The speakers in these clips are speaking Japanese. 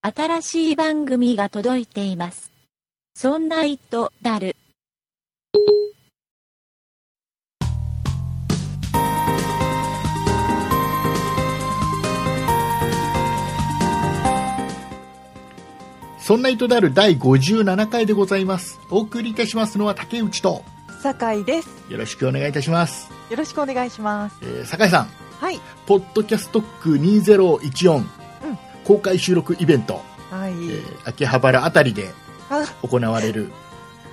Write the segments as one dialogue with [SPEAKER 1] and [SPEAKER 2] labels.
[SPEAKER 1] 新しい番組が届いています。そんな糸だる。
[SPEAKER 2] そんな糸である第57回でございます。お送りいたしますのは竹内と、
[SPEAKER 3] 酒井です。
[SPEAKER 2] よろしくお願いいたします。
[SPEAKER 3] よろしくお願いします。
[SPEAKER 2] えー酒井さん、
[SPEAKER 3] はい。
[SPEAKER 2] ポッドキャストック2014、公開収録イベント、
[SPEAKER 3] はい。
[SPEAKER 2] えー秋葉原あたりで
[SPEAKER 3] あ
[SPEAKER 2] 行われる、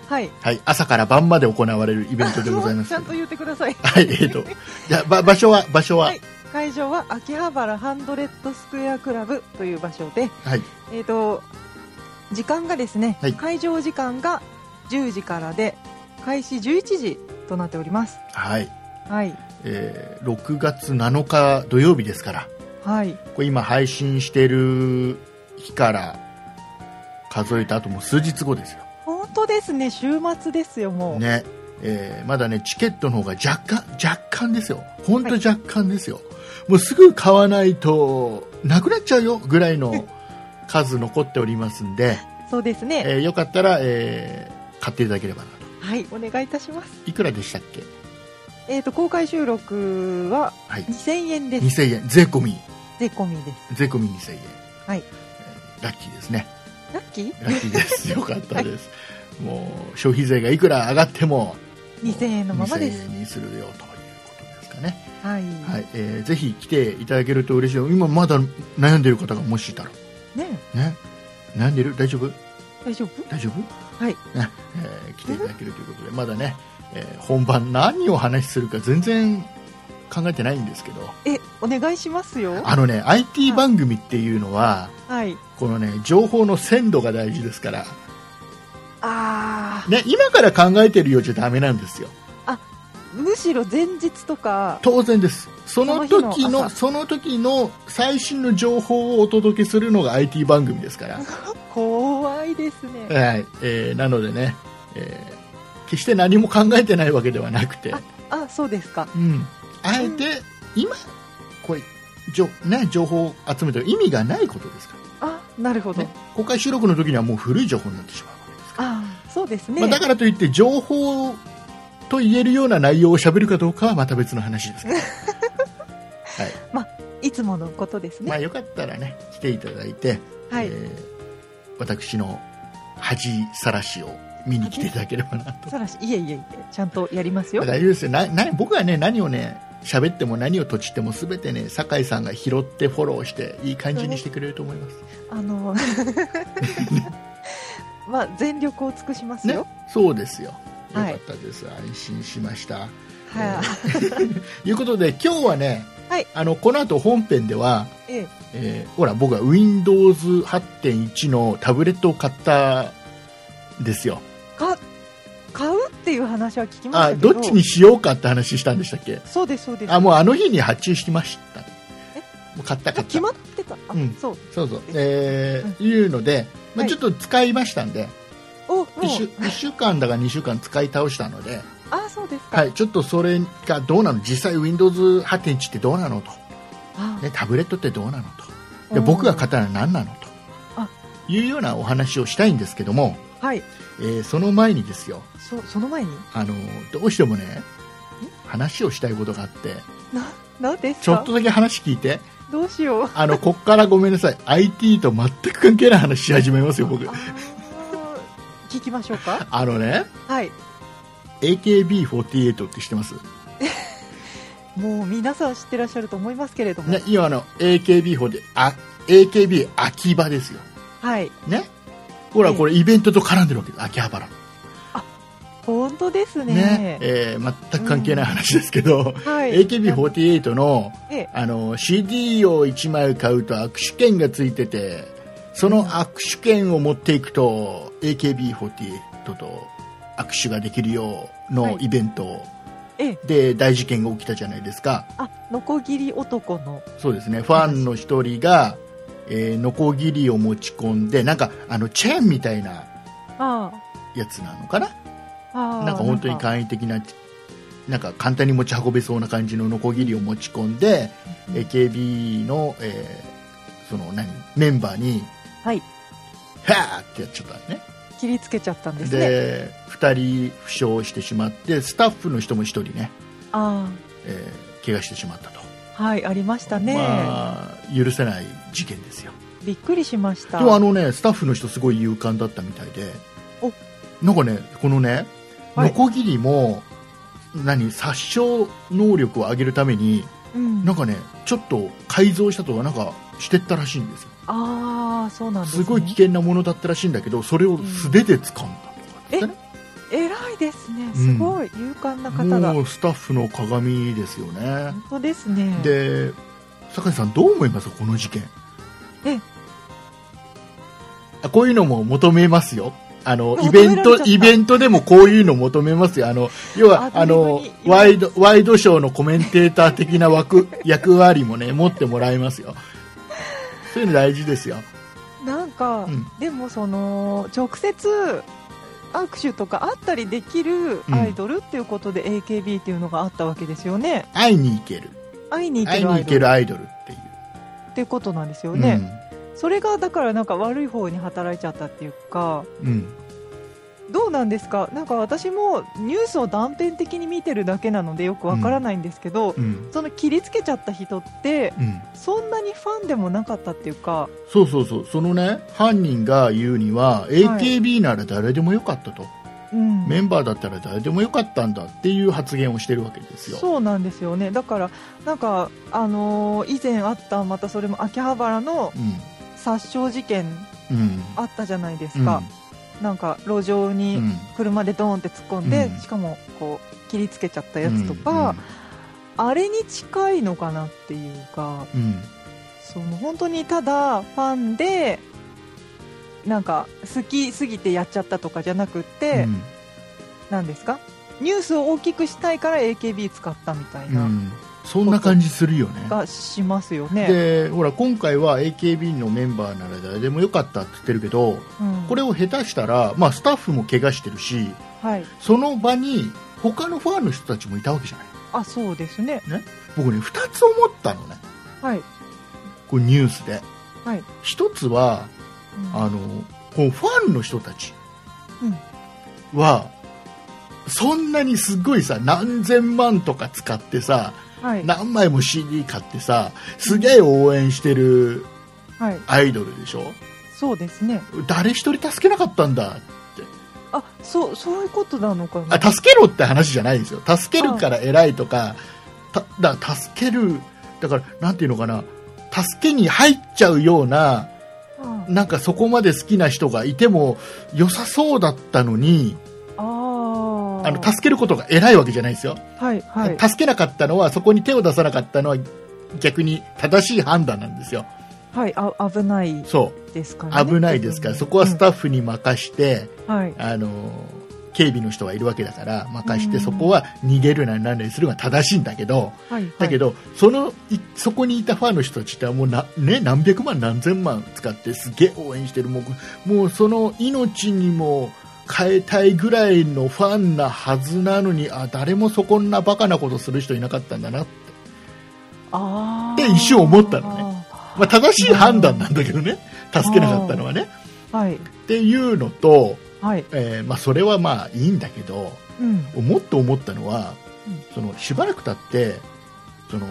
[SPEAKER 3] はい。
[SPEAKER 2] はい、朝から晩まで行われるイベントでございます
[SPEAKER 3] ちゃん。と言ってくだ さい。
[SPEAKER 2] はい、えっ、と、じゃあ、ば場所は、場所は、は
[SPEAKER 3] はいい、会場は秋葉原ハンドレッドスクエアクラブという場所で、えっ、と、時間がですね、
[SPEAKER 2] はい
[SPEAKER 3] 会場時間が10時からで、開始11時となっております。
[SPEAKER 2] はい、
[SPEAKER 3] はい。
[SPEAKER 2] えー6月7日土曜日ですから、
[SPEAKER 3] はい。
[SPEAKER 2] これ今配信してる日から数えた後もう数日後ですよ。
[SPEAKER 3] 本当ですね、週末ですよ、もう。
[SPEAKER 2] ねえーまだねチケットの方が若干若干ですよ本当
[SPEAKER 3] は
[SPEAKER 2] 若干ですよ、もうすぐ買わないとなくなっちゃうよぐらいの 数残っておりますんで、
[SPEAKER 3] そうですね。
[SPEAKER 2] えーよかったら、えー買っていただければなと
[SPEAKER 3] はい。お願いいたします。
[SPEAKER 2] いくらでしたっけ、
[SPEAKER 3] えっ、と、公開収録は
[SPEAKER 2] はい、
[SPEAKER 3] 2000円です。
[SPEAKER 2] 2000円税込み
[SPEAKER 3] 税込みです。
[SPEAKER 2] 税込み2000円
[SPEAKER 3] はい
[SPEAKER 2] えーラッキーですね
[SPEAKER 3] ラッキー
[SPEAKER 2] ラッキーです よかったです、もう消費税がいくら上がっても
[SPEAKER 3] ?2000 円のままです
[SPEAKER 2] 2000。円にするよということですかね
[SPEAKER 3] はい、
[SPEAKER 2] はいえーぜひ来ていただけると嬉しい今まだ悩んでる方がもしいたら、
[SPEAKER 3] ね
[SPEAKER 2] ね、悩んでる大丈夫
[SPEAKER 3] 大丈夫
[SPEAKER 2] 大丈夫
[SPEAKER 3] はい、
[SPEAKER 2] ねえー来ていただけるということでまだね、えー本番何をお話しするか全然考えてないんですけど
[SPEAKER 3] えお願いしますよ
[SPEAKER 2] あのね IT 番組っていうのは、
[SPEAKER 3] はい
[SPEAKER 2] このね情報の鮮度が大事ですから、
[SPEAKER 3] あ
[SPEAKER 2] ね、今から考えてるようじゃダメなんですよ
[SPEAKER 3] ーむしろ前日とか
[SPEAKER 2] 当然ですその時の
[SPEAKER 3] そ
[SPEAKER 2] その時の最新の情報をお届けするのが IT 番組ですから
[SPEAKER 3] 怖いですね
[SPEAKER 2] はい、えーなのでね、えー決して何も考えてないわけではなくて、
[SPEAKER 3] あそうですか
[SPEAKER 2] うん、あえて、今、これ、じょね、情報を集めてる意味がないことですか
[SPEAKER 3] あなるほど、
[SPEAKER 2] ら、ね、公開収録の時にはもう古い情報になってしまうわけですから、
[SPEAKER 3] あそうですね、
[SPEAKER 2] まあ、だからといって、情報と言えるような内容を喋るかどうかはまた別の話ですけど、
[SPEAKER 3] いつものことですね、
[SPEAKER 2] まあ、よかったらね、来ていただいて、
[SPEAKER 3] はい、
[SPEAKER 2] えー私の恥さらしを見に来ていただければなと。
[SPEAKER 3] さらしいえいえいえちゃんとやりますよ
[SPEAKER 2] 大丈夫ですよなな僕はね何をね喋っても何をとちっても全てね酒井さんが拾ってフォローしていい感じにしてくれると思います、
[SPEAKER 3] あ のまあ全力を尽くします
[SPEAKER 2] ね
[SPEAKER 3] よ、、
[SPEAKER 2] そうですよよか
[SPEAKER 3] はい
[SPEAKER 2] ったです、安心しました
[SPEAKER 3] は
[SPEAKER 2] ということで今日はね、
[SPEAKER 3] はい
[SPEAKER 2] あのこの後本編では、
[SPEAKER 3] い、ええ
[SPEAKER 2] えーほら僕は Windows8.1 のタブレットを買ったんですよ
[SPEAKER 3] か買うっていう話は聞きまし
[SPEAKER 2] あ
[SPEAKER 3] たけど
[SPEAKER 2] どっちにしようかって話したんでしたっけ
[SPEAKER 3] そうですそうです
[SPEAKER 2] あもうあの日に発注しました
[SPEAKER 3] え
[SPEAKER 2] もう買った買
[SPEAKER 3] あ
[SPEAKER 2] った
[SPEAKER 3] 決まってたあ、
[SPEAKER 2] うん
[SPEAKER 3] そう
[SPEAKER 2] そうそう、えーいうので、まあ、
[SPEAKER 3] はい
[SPEAKER 2] ちょっと使いましたんで、
[SPEAKER 3] おもう
[SPEAKER 2] 一週 1, 週間だか2週間使い倒したので、
[SPEAKER 3] あそうですか、
[SPEAKER 2] はい、ちょっとそれがどうなの実際 Windows8.1 ってどうなのと、
[SPEAKER 3] あ
[SPEAKER 2] ね、タブレットってどうなのとで
[SPEAKER 3] うん
[SPEAKER 2] 僕が買ったのは何なのと
[SPEAKER 3] あ
[SPEAKER 2] いうようなお話をしたいんですけども、
[SPEAKER 3] はい
[SPEAKER 2] えーその前にですよ
[SPEAKER 3] そその前に
[SPEAKER 2] あのどうしてもね話をしたいことがあって
[SPEAKER 3] ななんですか
[SPEAKER 2] ちょっとだけ話聞いて
[SPEAKER 3] どうし よう
[SPEAKER 2] あのこっからごめんなさい IT と全く関係ない話し始めますよ僕
[SPEAKER 3] あー聞きましょうか
[SPEAKER 2] あのね
[SPEAKER 3] はい
[SPEAKER 2] AKB48 って知ってます、
[SPEAKER 3] もう皆さん知ってらっしゃると思いますけれども、
[SPEAKER 2] ね、今の AKB48 あ AKB 秋葉ですよ
[SPEAKER 3] はい
[SPEAKER 2] ねほら
[SPEAKER 3] ええ
[SPEAKER 2] これイベントと絡んでるわけです秋葉原
[SPEAKER 3] 本当ですね
[SPEAKER 2] ねえー全く関係ない話ですけど、
[SPEAKER 3] はい
[SPEAKER 2] AKB48 の
[SPEAKER 3] ええ
[SPEAKER 2] あの CD を1枚買うと握手券がついててその握手券を持っていくと AKB48 と握手ができるよう
[SPEAKER 3] は
[SPEAKER 2] の
[SPEAKER 3] い
[SPEAKER 2] イベント
[SPEAKER 3] ええ
[SPEAKER 2] で大事件が起きたじゃないですか、
[SPEAKER 3] あノコギリ男の
[SPEAKER 2] そうですね、ファンの一人が、えーノコギリを持ち込んで、なんか、あの、チェーンみたいな
[SPEAKER 3] あ
[SPEAKER 2] やつなのかな
[SPEAKER 3] ーあー
[SPEAKER 2] なんか本当に簡易的な、なんか簡単に持ち運べそうな感じのノコギリを持ち込んで、
[SPEAKER 3] うん
[SPEAKER 2] AKB の、えーその、何、メンバーに、
[SPEAKER 3] はい
[SPEAKER 2] はーってやっちゃったのね
[SPEAKER 3] 切りつけちゃったんですね
[SPEAKER 2] で2人負傷してしまってスタッフの人も1人ね、
[SPEAKER 3] あ
[SPEAKER 2] えー怪我してしまったと、
[SPEAKER 3] あはいありましたね、
[SPEAKER 2] まあ許せない事件ですよ
[SPEAKER 3] びっくりしました
[SPEAKER 2] でもあのねスタッフの人すごい勇敢だったみたいで
[SPEAKER 3] お
[SPEAKER 2] なんかねこのね
[SPEAKER 3] はい
[SPEAKER 2] ノコギリも、何殺傷能力を上げるために
[SPEAKER 3] うん
[SPEAKER 2] なんかねちょっと改造したとかなんかしてったらしいんですよ
[SPEAKER 3] ああそうなんですす、ね、
[SPEAKER 2] ごい危険なものだったらしいんだけどそれを素手で掴んだとかってね、
[SPEAKER 3] 偉いですねすごい、勇敢な方だ
[SPEAKER 2] も
[SPEAKER 3] 本
[SPEAKER 2] うスタッフの鏡ですよね、
[SPEAKER 3] 当ですね
[SPEAKER 2] で酒井さんどう思いますこの事件
[SPEAKER 3] え
[SPEAKER 2] あこういうのも求めますよあのイ
[SPEAKER 3] 求め
[SPEAKER 2] ベ
[SPEAKER 3] られ
[SPEAKER 2] ン
[SPEAKER 3] ちゃっ
[SPEAKER 2] ト
[SPEAKER 3] た
[SPEAKER 2] イベントでもこういうの求めますよあの要は
[SPEAKER 3] あ
[SPEAKER 2] あの
[SPEAKER 3] ドリブルに
[SPEAKER 2] ワイドワイドショーのコメンテーター的な枠役割もね持ってもらいますよそういうの大事ですよ、
[SPEAKER 3] なんか、
[SPEAKER 2] うん
[SPEAKER 3] でもその直接握手とかあったりできるアイドルっていうことで AKB っていうのがあったわけですよね、
[SPEAKER 2] 会いに行ける
[SPEAKER 3] 会いに行け
[SPEAKER 2] 会い
[SPEAKER 3] る
[SPEAKER 2] に
[SPEAKER 3] ア
[SPEAKER 2] 行
[SPEAKER 3] イ
[SPEAKER 2] け
[SPEAKER 3] ドル
[SPEAKER 2] るアイドルっていう
[SPEAKER 3] っていうことなんですよね、それがだからなんか悪い方に働いちゃったっていうか
[SPEAKER 2] うん、うん
[SPEAKER 3] どうなんですかなんか私もニュースを断片的に見てるだけなのでよくわからないんですけど、
[SPEAKER 2] うん
[SPEAKER 3] その切りつけちゃった人って
[SPEAKER 2] うん
[SPEAKER 3] そんなにファンでもなかったっていうか
[SPEAKER 2] そうそうそうそのね犯人が言うには AKB なら誰でもよかったと、
[SPEAKER 3] うん
[SPEAKER 2] メンバーだったら誰でもよかったんだっていう発言をしてるわけですよ
[SPEAKER 3] そうなんですよねだからなんか、あのー以前あったまたそれも秋葉原の
[SPEAKER 2] う
[SPEAKER 3] 殺傷事件
[SPEAKER 2] んうん
[SPEAKER 3] あったじゃないです
[SPEAKER 2] うん
[SPEAKER 3] か、なんか路上
[SPEAKER 2] う
[SPEAKER 3] に
[SPEAKER 2] ん
[SPEAKER 3] 車でドーンって突っ込んで、
[SPEAKER 2] うん
[SPEAKER 3] しかもこう切りつけちゃったやつとか、あれに近いのかなっていうか
[SPEAKER 2] うんうん
[SPEAKER 3] その本当にただファンでなんか好きすぎてやっちゃったとかじゃなくって、
[SPEAKER 2] うん
[SPEAKER 3] なんですかニュースを大きくしたいから AKB 使ったみたい
[SPEAKER 2] うんう
[SPEAKER 3] なん
[SPEAKER 2] そんな感じするよね
[SPEAKER 3] がしますよね。
[SPEAKER 2] でほら今回は AKB のメンバーなら誰でもよかったって言ってるけど
[SPEAKER 3] うん
[SPEAKER 2] これを下手したら、まあ、スタッフも怪我してるし
[SPEAKER 3] はい、
[SPEAKER 2] その場に他のファンの人たちもいたわけじゃない
[SPEAKER 3] あそうですね
[SPEAKER 2] 僕ね2つ思ったのね
[SPEAKER 3] はい、
[SPEAKER 2] こうニュースで、
[SPEAKER 3] はい
[SPEAKER 2] 一つは
[SPEAKER 3] うん
[SPEAKER 2] あのこうファンの人たちは、そんなにすごいさ何千万とか使ってさ
[SPEAKER 3] はい
[SPEAKER 2] 何枚も CD 買ってさすげえ応援してる
[SPEAKER 3] はい
[SPEAKER 2] アイドルでしょ
[SPEAKER 3] そうですね
[SPEAKER 2] 誰一人助けなかったんだ
[SPEAKER 3] あそうそういうことなのかな
[SPEAKER 2] あ助けろって話じゃないですよ助けるから偉いとかただから助けるだからなんていうのかな助けに入っちゃうような
[SPEAKER 3] あ
[SPEAKER 2] なんかそこまで好きな人がいても良さそうだったのに
[SPEAKER 3] あ
[SPEAKER 2] あ
[SPEAKER 3] あ
[SPEAKER 2] の助けることが偉いわけじゃないですよ、
[SPEAKER 3] はいはい
[SPEAKER 2] 助けなかったのはそこに手を出さなかったのは逆に正しい判断なんですよ
[SPEAKER 3] はいあ危ない
[SPEAKER 2] そ
[SPEAKER 3] ですから
[SPEAKER 2] う
[SPEAKER 3] ね
[SPEAKER 2] 危ないですからそこはス
[SPEAKER 3] ッ
[SPEAKER 2] タッフに任して、
[SPEAKER 3] フ、うんはい
[SPEAKER 2] あの警備の人がいるわけだから任して
[SPEAKER 3] うん
[SPEAKER 2] そこは逃げるなりなんなりするのが正しいんだけど
[SPEAKER 3] はいはい、
[SPEAKER 2] だけ
[SPEAKER 3] ど
[SPEAKER 2] どそのいそこにいたファンの人たちってもうな、ね、何百万何千万使ってすげえ応援してるもうもうその命にも変えたいぐらいのファンなはずなのにあ誰もそこんなバカなことする人いなかったんだなって、
[SPEAKER 3] あ
[SPEAKER 2] って一瞬思ったの
[SPEAKER 3] ね
[SPEAKER 2] まあ、正しい判断なんだけどね助けなかったのはね。
[SPEAKER 3] はい
[SPEAKER 2] っていうのと、
[SPEAKER 3] はい
[SPEAKER 2] えーまあ、それはまあいいんだけど
[SPEAKER 3] うん
[SPEAKER 2] もっと思ったのは、
[SPEAKER 3] うん
[SPEAKER 2] そのしばらく経ってその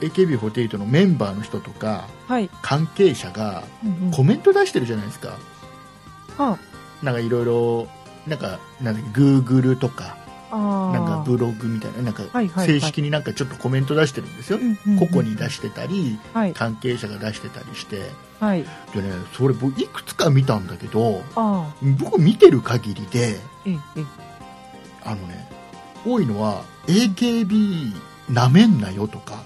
[SPEAKER 2] AKB48 のメンバーの人とか
[SPEAKER 3] はい、
[SPEAKER 2] 関係者が
[SPEAKER 3] うんうん
[SPEAKER 2] コメント出してるじゃないですか、
[SPEAKER 3] あ
[SPEAKER 2] なんかいろいろ、なんか、なんだっけ、Google とか、
[SPEAKER 3] あ
[SPEAKER 2] なんかブログみたいな、なんか
[SPEAKER 3] はいはいはい
[SPEAKER 2] 正式になんかちょっとコメント出してるんですよ、個々に出
[SPEAKER 3] し
[SPEAKER 2] してたり、
[SPEAKER 3] はい
[SPEAKER 2] 関係者が出してたりして、
[SPEAKER 3] はい
[SPEAKER 2] でね、それ、僕、いくつか見たんだけど、
[SPEAKER 3] あ
[SPEAKER 2] 僕、見てる限りで、
[SPEAKER 3] ーええ
[SPEAKER 2] あのね、多いのは、AKB なめんなよとか、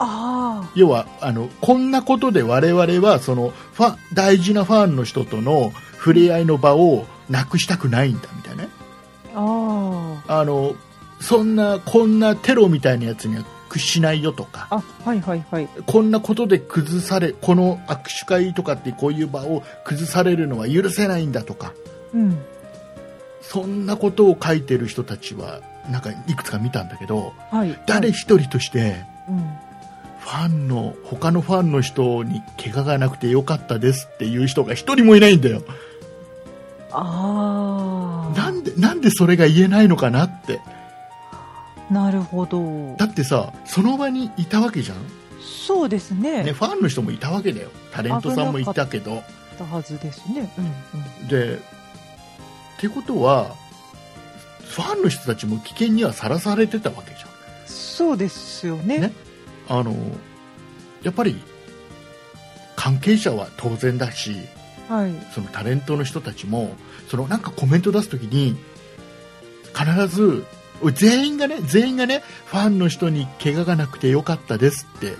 [SPEAKER 3] あ
[SPEAKER 2] 要はあのこんなことで我々はそのファン大事なファンの人との触れ合いの場をなくしたくないんだみたいなね
[SPEAKER 3] ああ
[SPEAKER 2] あのそんなこんなテロみたいなやつには屈しないよとか
[SPEAKER 3] ああはいはいはい
[SPEAKER 2] こんなことで崩されこの握手会とかってこういう場を崩されるのは許せないんだとか
[SPEAKER 3] うん
[SPEAKER 2] そんなことを書いてる人たちはなんかいくつか見たんだけど
[SPEAKER 3] はい
[SPEAKER 2] 誰一人として
[SPEAKER 3] うん
[SPEAKER 2] フファンの他のファンの人に怪我がなくてよかったですっていう人が一人もいないんだよ
[SPEAKER 3] あ
[SPEAKER 2] な
[SPEAKER 3] あ
[SPEAKER 2] んでなんでそれが言えないのかなって
[SPEAKER 3] なるほど
[SPEAKER 2] だってさその場にいたわけじゃん、
[SPEAKER 3] そうですね
[SPEAKER 2] ね、ファンの人もいたわけだよタレントさんもいたけど
[SPEAKER 3] だはずですねうんうん
[SPEAKER 2] でってことはファンの人たちも危険にはさらされてたわけじ
[SPEAKER 3] そうですよね
[SPEAKER 2] ねゃんあのやっぱり関係者は当然だし
[SPEAKER 3] はい
[SPEAKER 2] そのタレントの人たちもそのなんかコメント出すときに必ず全員がね全員がねファンの人に怪我がなくてよかったですって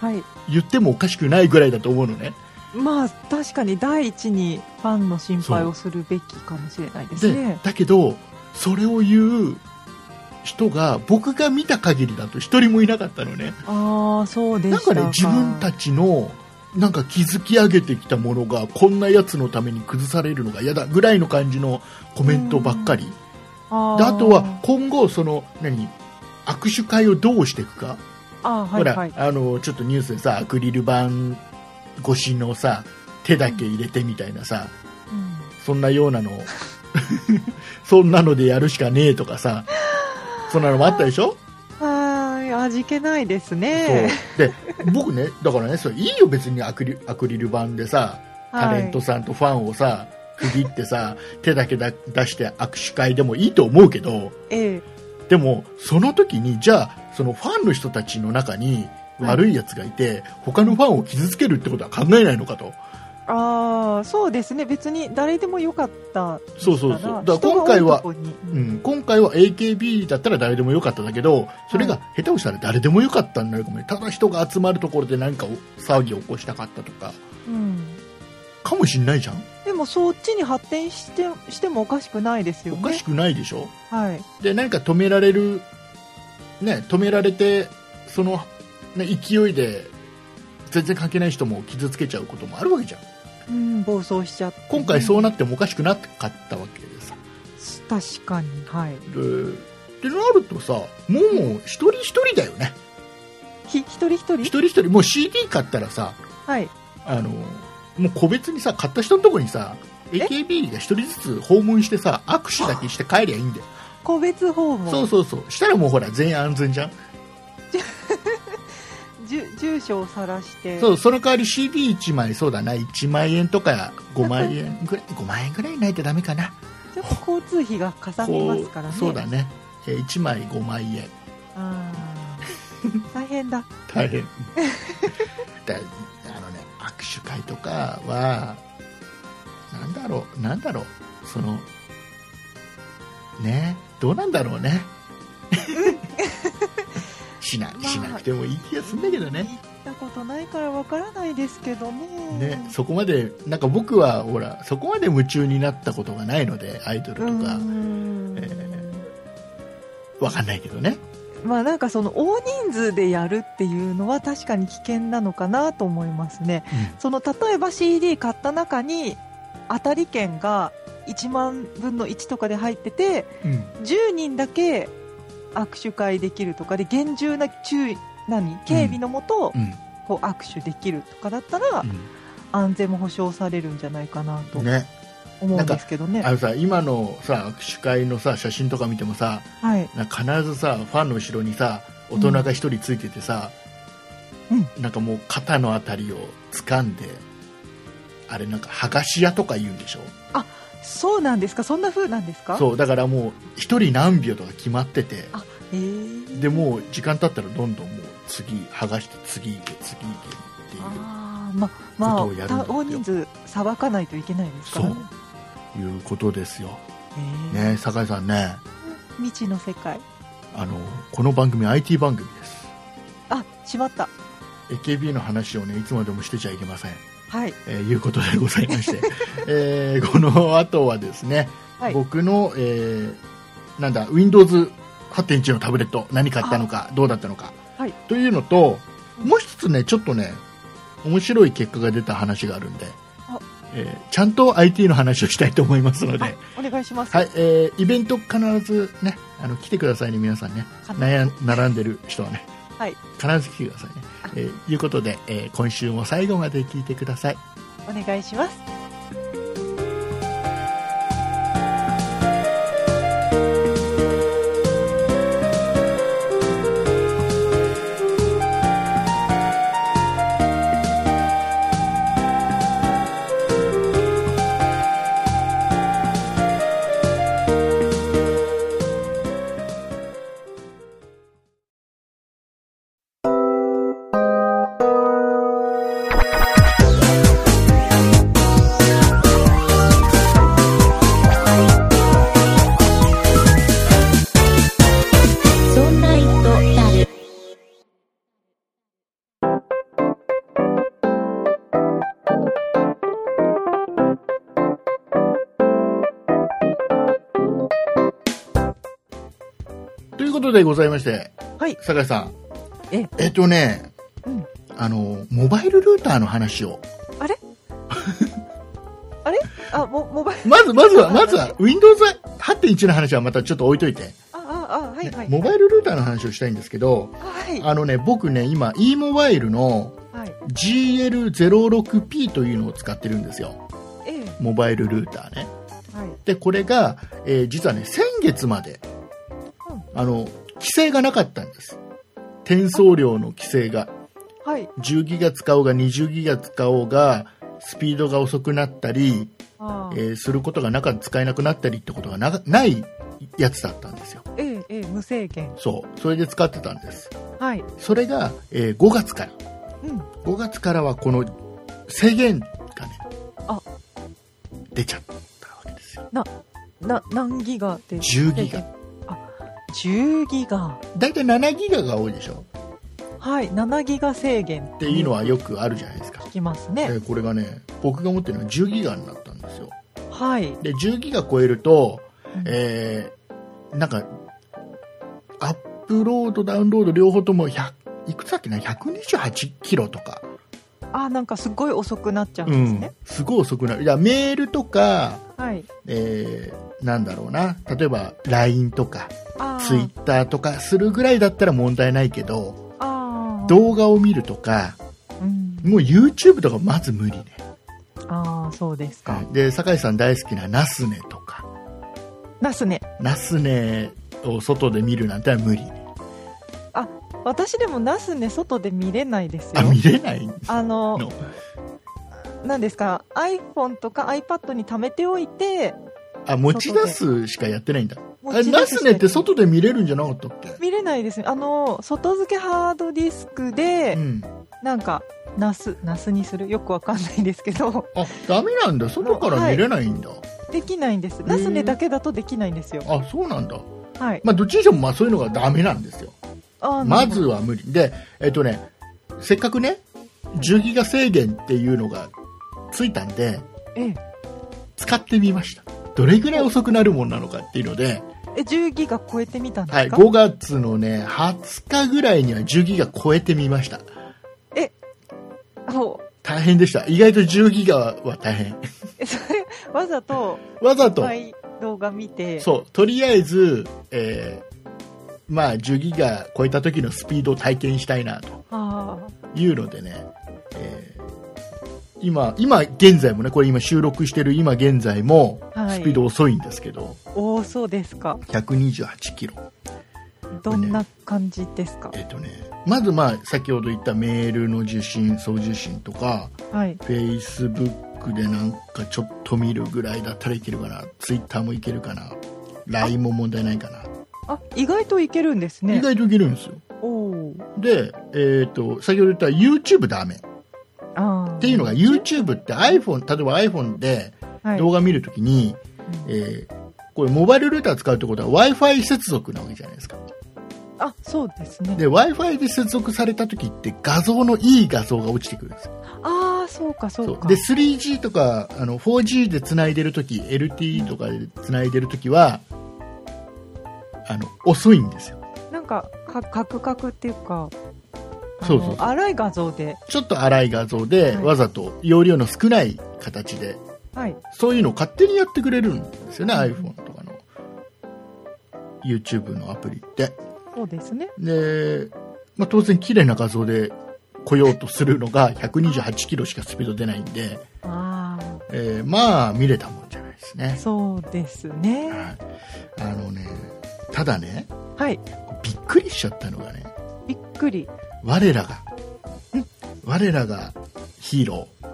[SPEAKER 3] はい
[SPEAKER 2] 言ってもおかしくないぐらいだと思うのね
[SPEAKER 3] まあ確かに第一にファンの心配をするべきかもしれないです
[SPEAKER 2] で
[SPEAKER 3] ね
[SPEAKER 2] だけどそれを言う人が僕が見た限りだと一人もいなかったのね
[SPEAKER 3] ああそうで
[SPEAKER 2] なん
[SPEAKER 3] したか
[SPEAKER 2] かね自分たちのなんか築き上げてきたものがこんなやつのために崩されるのが嫌だぐらいの感じのコメントばっかり
[SPEAKER 3] あ
[SPEAKER 2] で
[SPEAKER 3] ー
[SPEAKER 2] あとは今後その何握手会をどうしていくか、
[SPEAKER 3] あーはいはい
[SPEAKER 2] ほらあのちょっとニュースでさアクリル板越しのさ手だけ入れてみたいなさ、
[SPEAKER 3] うん
[SPEAKER 2] そんなようなの そんなのでやるしかねえとかさそんなのもあったでしょ
[SPEAKER 3] はーい味気ないです
[SPEAKER 2] そう
[SPEAKER 3] ね
[SPEAKER 2] で僕ねだからねそれいいよ別にアクリアクリル板でさタレント
[SPEAKER 3] はい
[SPEAKER 2] さんとファンをさ区切ってさ手だけだ出して握手会でもいいと思うけど
[SPEAKER 3] ええ
[SPEAKER 2] でもその時にじゃあそのファンの人たちの中に悪いやつがいて、他のファンを傷つけるってことは考えないのかと
[SPEAKER 3] ああそうですね別に誰でもよかったです
[SPEAKER 2] そうそうそうだから今回は
[SPEAKER 3] 人が多いとこに
[SPEAKER 2] うん、今回は AKB だったら誰でもよかっただけどそれが下手をしたら誰でもよかったになるかもねただ人が集まるところで何かを騒ぎを起こしたかったとか
[SPEAKER 3] うん
[SPEAKER 2] かもしんないじゃん
[SPEAKER 3] でもそっちに発展してしてもおかしくないですよ
[SPEAKER 2] お
[SPEAKER 3] ね
[SPEAKER 2] かしくないでしょ
[SPEAKER 3] はい
[SPEAKER 2] で何か止められる、ね、止められてその、ね、勢いで全然関係ない人も傷つけちゃうこともあるわけじゃん
[SPEAKER 3] うん暴走しちゃって
[SPEAKER 2] 今回そう
[SPEAKER 3] な
[SPEAKER 2] なってもおかしくなかったわけでさ
[SPEAKER 3] 確かにはい
[SPEAKER 2] でってなるとさもう一人一人だよね
[SPEAKER 3] ひ一人一人
[SPEAKER 2] 一人一人もう CD 買ったらさ
[SPEAKER 3] はい
[SPEAKER 2] あのもう個別にさ買った人のとこにさ AKB が一人ずつ訪問してさ握手だけして帰りゃいいんだよ
[SPEAKER 3] 個別訪問
[SPEAKER 2] そうそうそうしたらもうほら全員安全じゃん
[SPEAKER 3] じゅ住所を晒して
[SPEAKER 2] そうその代わり CD1 枚そうだな1万円とか5万円ぐらい5万円ぐらいないとダメかな
[SPEAKER 3] ちょっと交通費がかさみ
[SPEAKER 2] こ
[SPEAKER 3] ますからね
[SPEAKER 2] うそうだね、えー1枚5万円
[SPEAKER 3] あー 大変だ
[SPEAKER 2] 大変 だあのね握手会とかはなんだろうなんだろうそのねどうなんだろう ねしな
[SPEAKER 3] まあ
[SPEAKER 2] しなくてもいい気がするんだけどね,、
[SPEAKER 3] 行ったことないからわからないですけどね
[SPEAKER 2] ねそこまでなんか僕はほらそこまで夢中になったことがないのでアイドルと
[SPEAKER 3] う
[SPEAKER 2] か
[SPEAKER 3] ん
[SPEAKER 2] えわかんないけどね
[SPEAKER 3] まあなんかその大人数でやるっていうのは確かに危険なのかなと思いますね、
[SPEAKER 2] う
[SPEAKER 3] その例えば CD 買った中に当たり券が1万分の1とかで入ってて
[SPEAKER 2] うん
[SPEAKER 3] 10人だけ握手会できるとかで厳重な注意何警備のもと
[SPEAKER 2] うん
[SPEAKER 3] こう握手できるとかだったら
[SPEAKER 2] う
[SPEAKER 3] 安全も保障されるんじゃないかなと
[SPEAKER 2] んね
[SPEAKER 3] 思うんですけどね
[SPEAKER 2] あのさ今のさ握手会のさ写真とか見てもさ、
[SPEAKER 3] はい
[SPEAKER 2] なんか必ずさファンの後ろにさ大人が一人ついててさ、
[SPEAKER 3] う
[SPEAKER 2] なんかもう肩のあたりを掴んであれなんか剥がし屋とか言うんでしょ
[SPEAKER 3] そうなんですかそんな風なんですか
[SPEAKER 2] そうだからもう一人何秒とか決まってて
[SPEAKER 3] あへー
[SPEAKER 2] でもう時間経ったらどんどんもう次剥がして次行け次行けってい
[SPEAKER 3] ああまま
[SPEAKER 2] ことをや
[SPEAKER 3] あ
[SPEAKER 2] るんだ
[SPEAKER 3] た
[SPEAKER 2] ってよ
[SPEAKER 3] 大人数さばかないといけないですからね
[SPEAKER 2] ういうことですよ
[SPEAKER 3] ええ
[SPEAKER 2] ね酒井さんね
[SPEAKER 3] 未知の世界
[SPEAKER 2] あのこの番組 IT 番組です
[SPEAKER 3] あしまった
[SPEAKER 2] AKB の話をねいつまでもしてちゃいけません
[SPEAKER 3] はい
[SPEAKER 2] えーいうことでございま して、えーこの後はですね、
[SPEAKER 3] はい
[SPEAKER 2] 僕の、えーなんだ Windows8.1 のタブレット何買ったのかどうだったのか、
[SPEAKER 3] はい
[SPEAKER 2] というのともう一つねちょっとね面白い結果が出た話があるんで
[SPEAKER 3] あ、
[SPEAKER 2] えーちゃんと IT の話をしたいと思いますので、
[SPEAKER 3] あお願いします
[SPEAKER 2] はいえーイベント必ずねあの来てくださいね皆さんね
[SPEAKER 3] 必ず
[SPEAKER 2] 悩ん並んでる人はね
[SPEAKER 3] はい
[SPEAKER 2] 必ず来てくださいね。えーいうことで、えー今週も最後まで聞いてください。
[SPEAKER 3] お願いします
[SPEAKER 1] そんな糸だる。
[SPEAKER 2] ということでございまして、
[SPEAKER 3] はい
[SPEAKER 2] 酒井さん。
[SPEAKER 3] え
[SPEAKER 2] っとね、
[SPEAKER 3] うん
[SPEAKER 2] あの、モバイルルーターの話を。
[SPEAKER 3] あもモバイル
[SPEAKER 2] まず、まずは、
[SPEAKER 3] モバイ
[SPEAKER 2] ま
[SPEAKER 3] ル
[SPEAKER 2] ずは、Windows8.1 の話はまたちょっと置いといて、
[SPEAKER 3] あああはい
[SPEAKER 2] ね
[SPEAKER 3] はい
[SPEAKER 2] モバイルルーターの話をしたいんですけど、
[SPEAKER 3] はい
[SPEAKER 2] あのね、僕ね、今、e モバイルの
[SPEAKER 3] はい
[SPEAKER 2] GL06P というのを使ってるんですよ。
[SPEAKER 3] ええ
[SPEAKER 2] モバイルルーターね。
[SPEAKER 3] はい
[SPEAKER 2] で、これが、えー実はね、先月まで、あの、規制がなかったんです。転送量の規制が。
[SPEAKER 3] はい
[SPEAKER 2] 10ギガ使おうが20ギガ使おうがスピードが遅くなったり、
[SPEAKER 3] あ
[SPEAKER 2] え
[SPEAKER 3] ー
[SPEAKER 2] ーすることがなか使えなくなったりってことがなないやつだったんですよ
[SPEAKER 3] ええええ無制限
[SPEAKER 2] そうそれで使ってたんです
[SPEAKER 3] はい
[SPEAKER 2] それが、え5月から
[SPEAKER 3] うん
[SPEAKER 2] 5月からはこの制限がね
[SPEAKER 3] あ
[SPEAKER 2] 出ちゃったわけですよ
[SPEAKER 3] な何ギガで
[SPEAKER 2] 10ギガ
[SPEAKER 3] 10ギガ
[SPEAKER 2] 大体7ギガが多いでしょ
[SPEAKER 3] はい7ギガ制限
[SPEAKER 2] っていうのはよくあるじゃないですか、
[SPEAKER 3] 聞きます
[SPEAKER 2] え
[SPEAKER 3] ね
[SPEAKER 2] ーこれがね僕が持ってるのは10ギガになったんですよ
[SPEAKER 3] はい
[SPEAKER 2] で10ギガ超えると
[SPEAKER 3] うん、
[SPEAKER 2] えーなんかアップロードダウンロード両方とも100いくつだっけな128キロとか、
[SPEAKER 3] あなんかすごい遅くなっちゃうん
[SPEAKER 2] う
[SPEAKER 3] です
[SPEAKER 2] ん
[SPEAKER 3] ね、、
[SPEAKER 2] すごい遅くなるいやメールとか、
[SPEAKER 3] はい
[SPEAKER 2] えーなんだろうな例えば LINE とか
[SPEAKER 3] あー
[SPEAKER 2] Twitter とかするぐらいだったら問題ないけど
[SPEAKER 3] あー
[SPEAKER 2] 動画を見るとか
[SPEAKER 3] うん
[SPEAKER 2] もう YouTube とかまず無理ね
[SPEAKER 3] ああそうですか、
[SPEAKER 2] で酒井さん大好きなナスネとか
[SPEAKER 3] ナスね
[SPEAKER 2] ナスネを外で見るなんてのは無理ね
[SPEAKER 3] 私でもナスね外で見れないですよ
[SPEAKER 2] あ見れない
[SPEAKER 3] あの
[SPEAKER 2] の
[SPEAKER 3] 何ですか iPhone とか iPad に貯めておいて
[SPEAKER 2] あ持ち出すしかやってないんだ
[SPEAKER 3] 持
[SPEAKER 2] あ
[SPEAKER 3] ち出
[SPEAKER 2] ナ
[SPEAKER 3] す
[SPEAKER 2] スネって外で見れるんじゃなかったっけ、
[SPEAKER 3] 見れないですねあの外付けハードディスクで、
[SPEAKER 2] うん、
[SPEAKER 3] なんかナスナスにするよくわかんないですけど
[SPEAKER 2] あダメなんだ外から見れないんだ、
[SPEAKER 3] できないんですナスねだけだとできないんですよ
[SPEAKER 2] あそうなんだ
[SPEAKER 3] はい
[SPEAKER 2] まあどっちにしてもまあそういうのがダメなんですよ
[SPEAKER 3] あーな
[SPEAKER 2] ま
[SPEAKER 3] るほ
[SPEAKER 2] ず
[SPEAKER 3] ど
[SPEAKER 2] は無理でえっとねせっかくね10ギガ制限っていうのがついたんで
[SPEAKER 3] ええ
[SPEAKER 2] 使ってみましたどれぐらい遅くなるもんなのかっていうので、
[SPEAKER 3] え10ギガ超えてみたんで
[SPEAKER 2] はい、
[SPEAKER 3] すか、
[SPEAKER 2] 5月のね20日ぐらいには10ギガ超えてみました
[SPEAKER 3] もう
[SPEAKER 2] 大変でした意外と10ギガは大変
[SPEAKER 3] えそれわざと
[SPEAKER 2] わざと、
[SPEAKER 3] いっぱい動画見て
[SPEAKER 2] そう、とりあえず、えーまあ、10ギガ超えた時のスピードを体験したいなと
[SPEAKER 3] あ
[SPEAKER 2] いうのでね、えー今、今現在もね、これ今収録してる今現在も、
[SPEAKER 3] あはい
[SPEAKER 2] スピード遅いんですけど、
[SPEAKER 3] 多そうですか
[SPEAKER 2] 128キロ。
[SPEAKER 3] どんな感じですか、
[SPEAKER 2] えっ、とね、まずまあ、先ほど言ったメールの受信、送受信とか、
[SPEAKER 3] はい
[SPEAKER 2] Facebook でなんかちょっと見るぐらいだったらいけるかな、Twitter もいけるかな、LINE も問題ないかな。
[SPEAKER 3] あ意外といけるんですね
[SPEAKER 2] 意外といけるんですよ。
[SPEAKER 3] おー
[SPEAKER 2] で、えっと先ほど言った YouTube ダメっ
[SPEAKER 3] あー
[SPEAKER 2] ていうのが YouTube って iPhone 例えば iPhone で
[SPEAKER 3] はい
[SPEAKER 2] 動画見るときに、
[SPEAKER 3] うん
[SPEAKER 2] えーこれモバイルルーター使うってことは w i f i 接続なわけじゃないですか
[SPEAKER 3] あそうですね
[SPEAKER 2] で w i f i で接続されたときって画像のいい画像が落ちてくるんですよ
[SPEAKER 3] ああそうかそう
[SPEAKER 2] そう
[SPEAKER 3] か
[SPEAKER 2] で 3G とかあの 4G でつないでるとき LTE とかでつないでるときはあの遅いんですよ
[SPEAKER 3] なんかかカクカクっていうかあの
[SPEAKER 2] そうそうそう
[SPEAKER 3] 粗い画像で
[SPEAKER 2] ちょっと荒い画像で、
[SPEAKER 3] はい
[SPEAKER 2] わざと容量の少ない形で
[SPEAKER 3] はい
[SPEAKER 2] そういうのを勝手にやってくれるんですよね、
[SPEAKER 3] うん
[SPEAKER 2] iPhone とかの YouTube のアプリって。
[SPEAKER 3] そうですね
[SPEAKER 2] で、まあ、当然綺麗な画像で来ようとするのが128キロしかスピード出ないんで、
[SPEAKER 3] ああ
[SPEAKER 2] えーまあ見れたもんじゃないですね。
[SPEAKER 3] そうですね
[SPEAKER 2] はい、あのねただね
[SPEAKER 3] はい
[SPEAKER 2] びっくりしちゃったのがね
[SPEAKER 3] びっくり
[SPEAKER 2] 我らが我らがヒーロー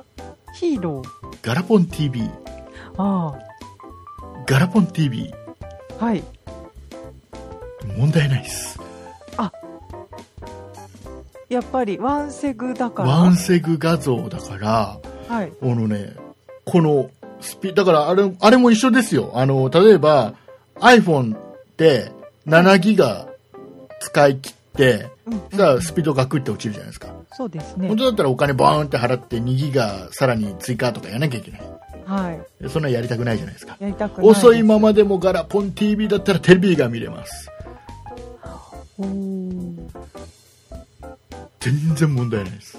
[SPEAKER 3] ヒーロー
[SPEAKER 2] ガラポン TV
[SPEAKER 3] あ
[SPEAKER 2] ガラポン TV
[SPEAKER 3] あはい
[SPEAKER 2] 問題ないです
[SPEAKER 3] やっぱりワンセグだから
[SPEAKER 2] ワンセグ画像だから
[SPEAKER 3] はい
[SPEAKER 2] あのねこのスピだからあれあれも一緒ですよあの例えば iPhone って7ギガ使い切って
[SPEAKER 3] うんうん
[SPEAKER 2] さあスピードガクって落ちるじゃないですか
[SPEAKER 3] そうですね
[SPEAKER 2] 本当だったらお金バーンって払って2ギガさらに追加とかやらなきゃいけない
[SPEAKER 3] はい
[SPEAKER 2] そんなやりたくないじゃないですか。
[SPEAKER 3] やりたくない
[SPEAKER 2] 遅いままでもガラポン TV だったらテレビが見れます。
[SPEAKER 3] おー
[SPEAKER 2] 全然問題ないです。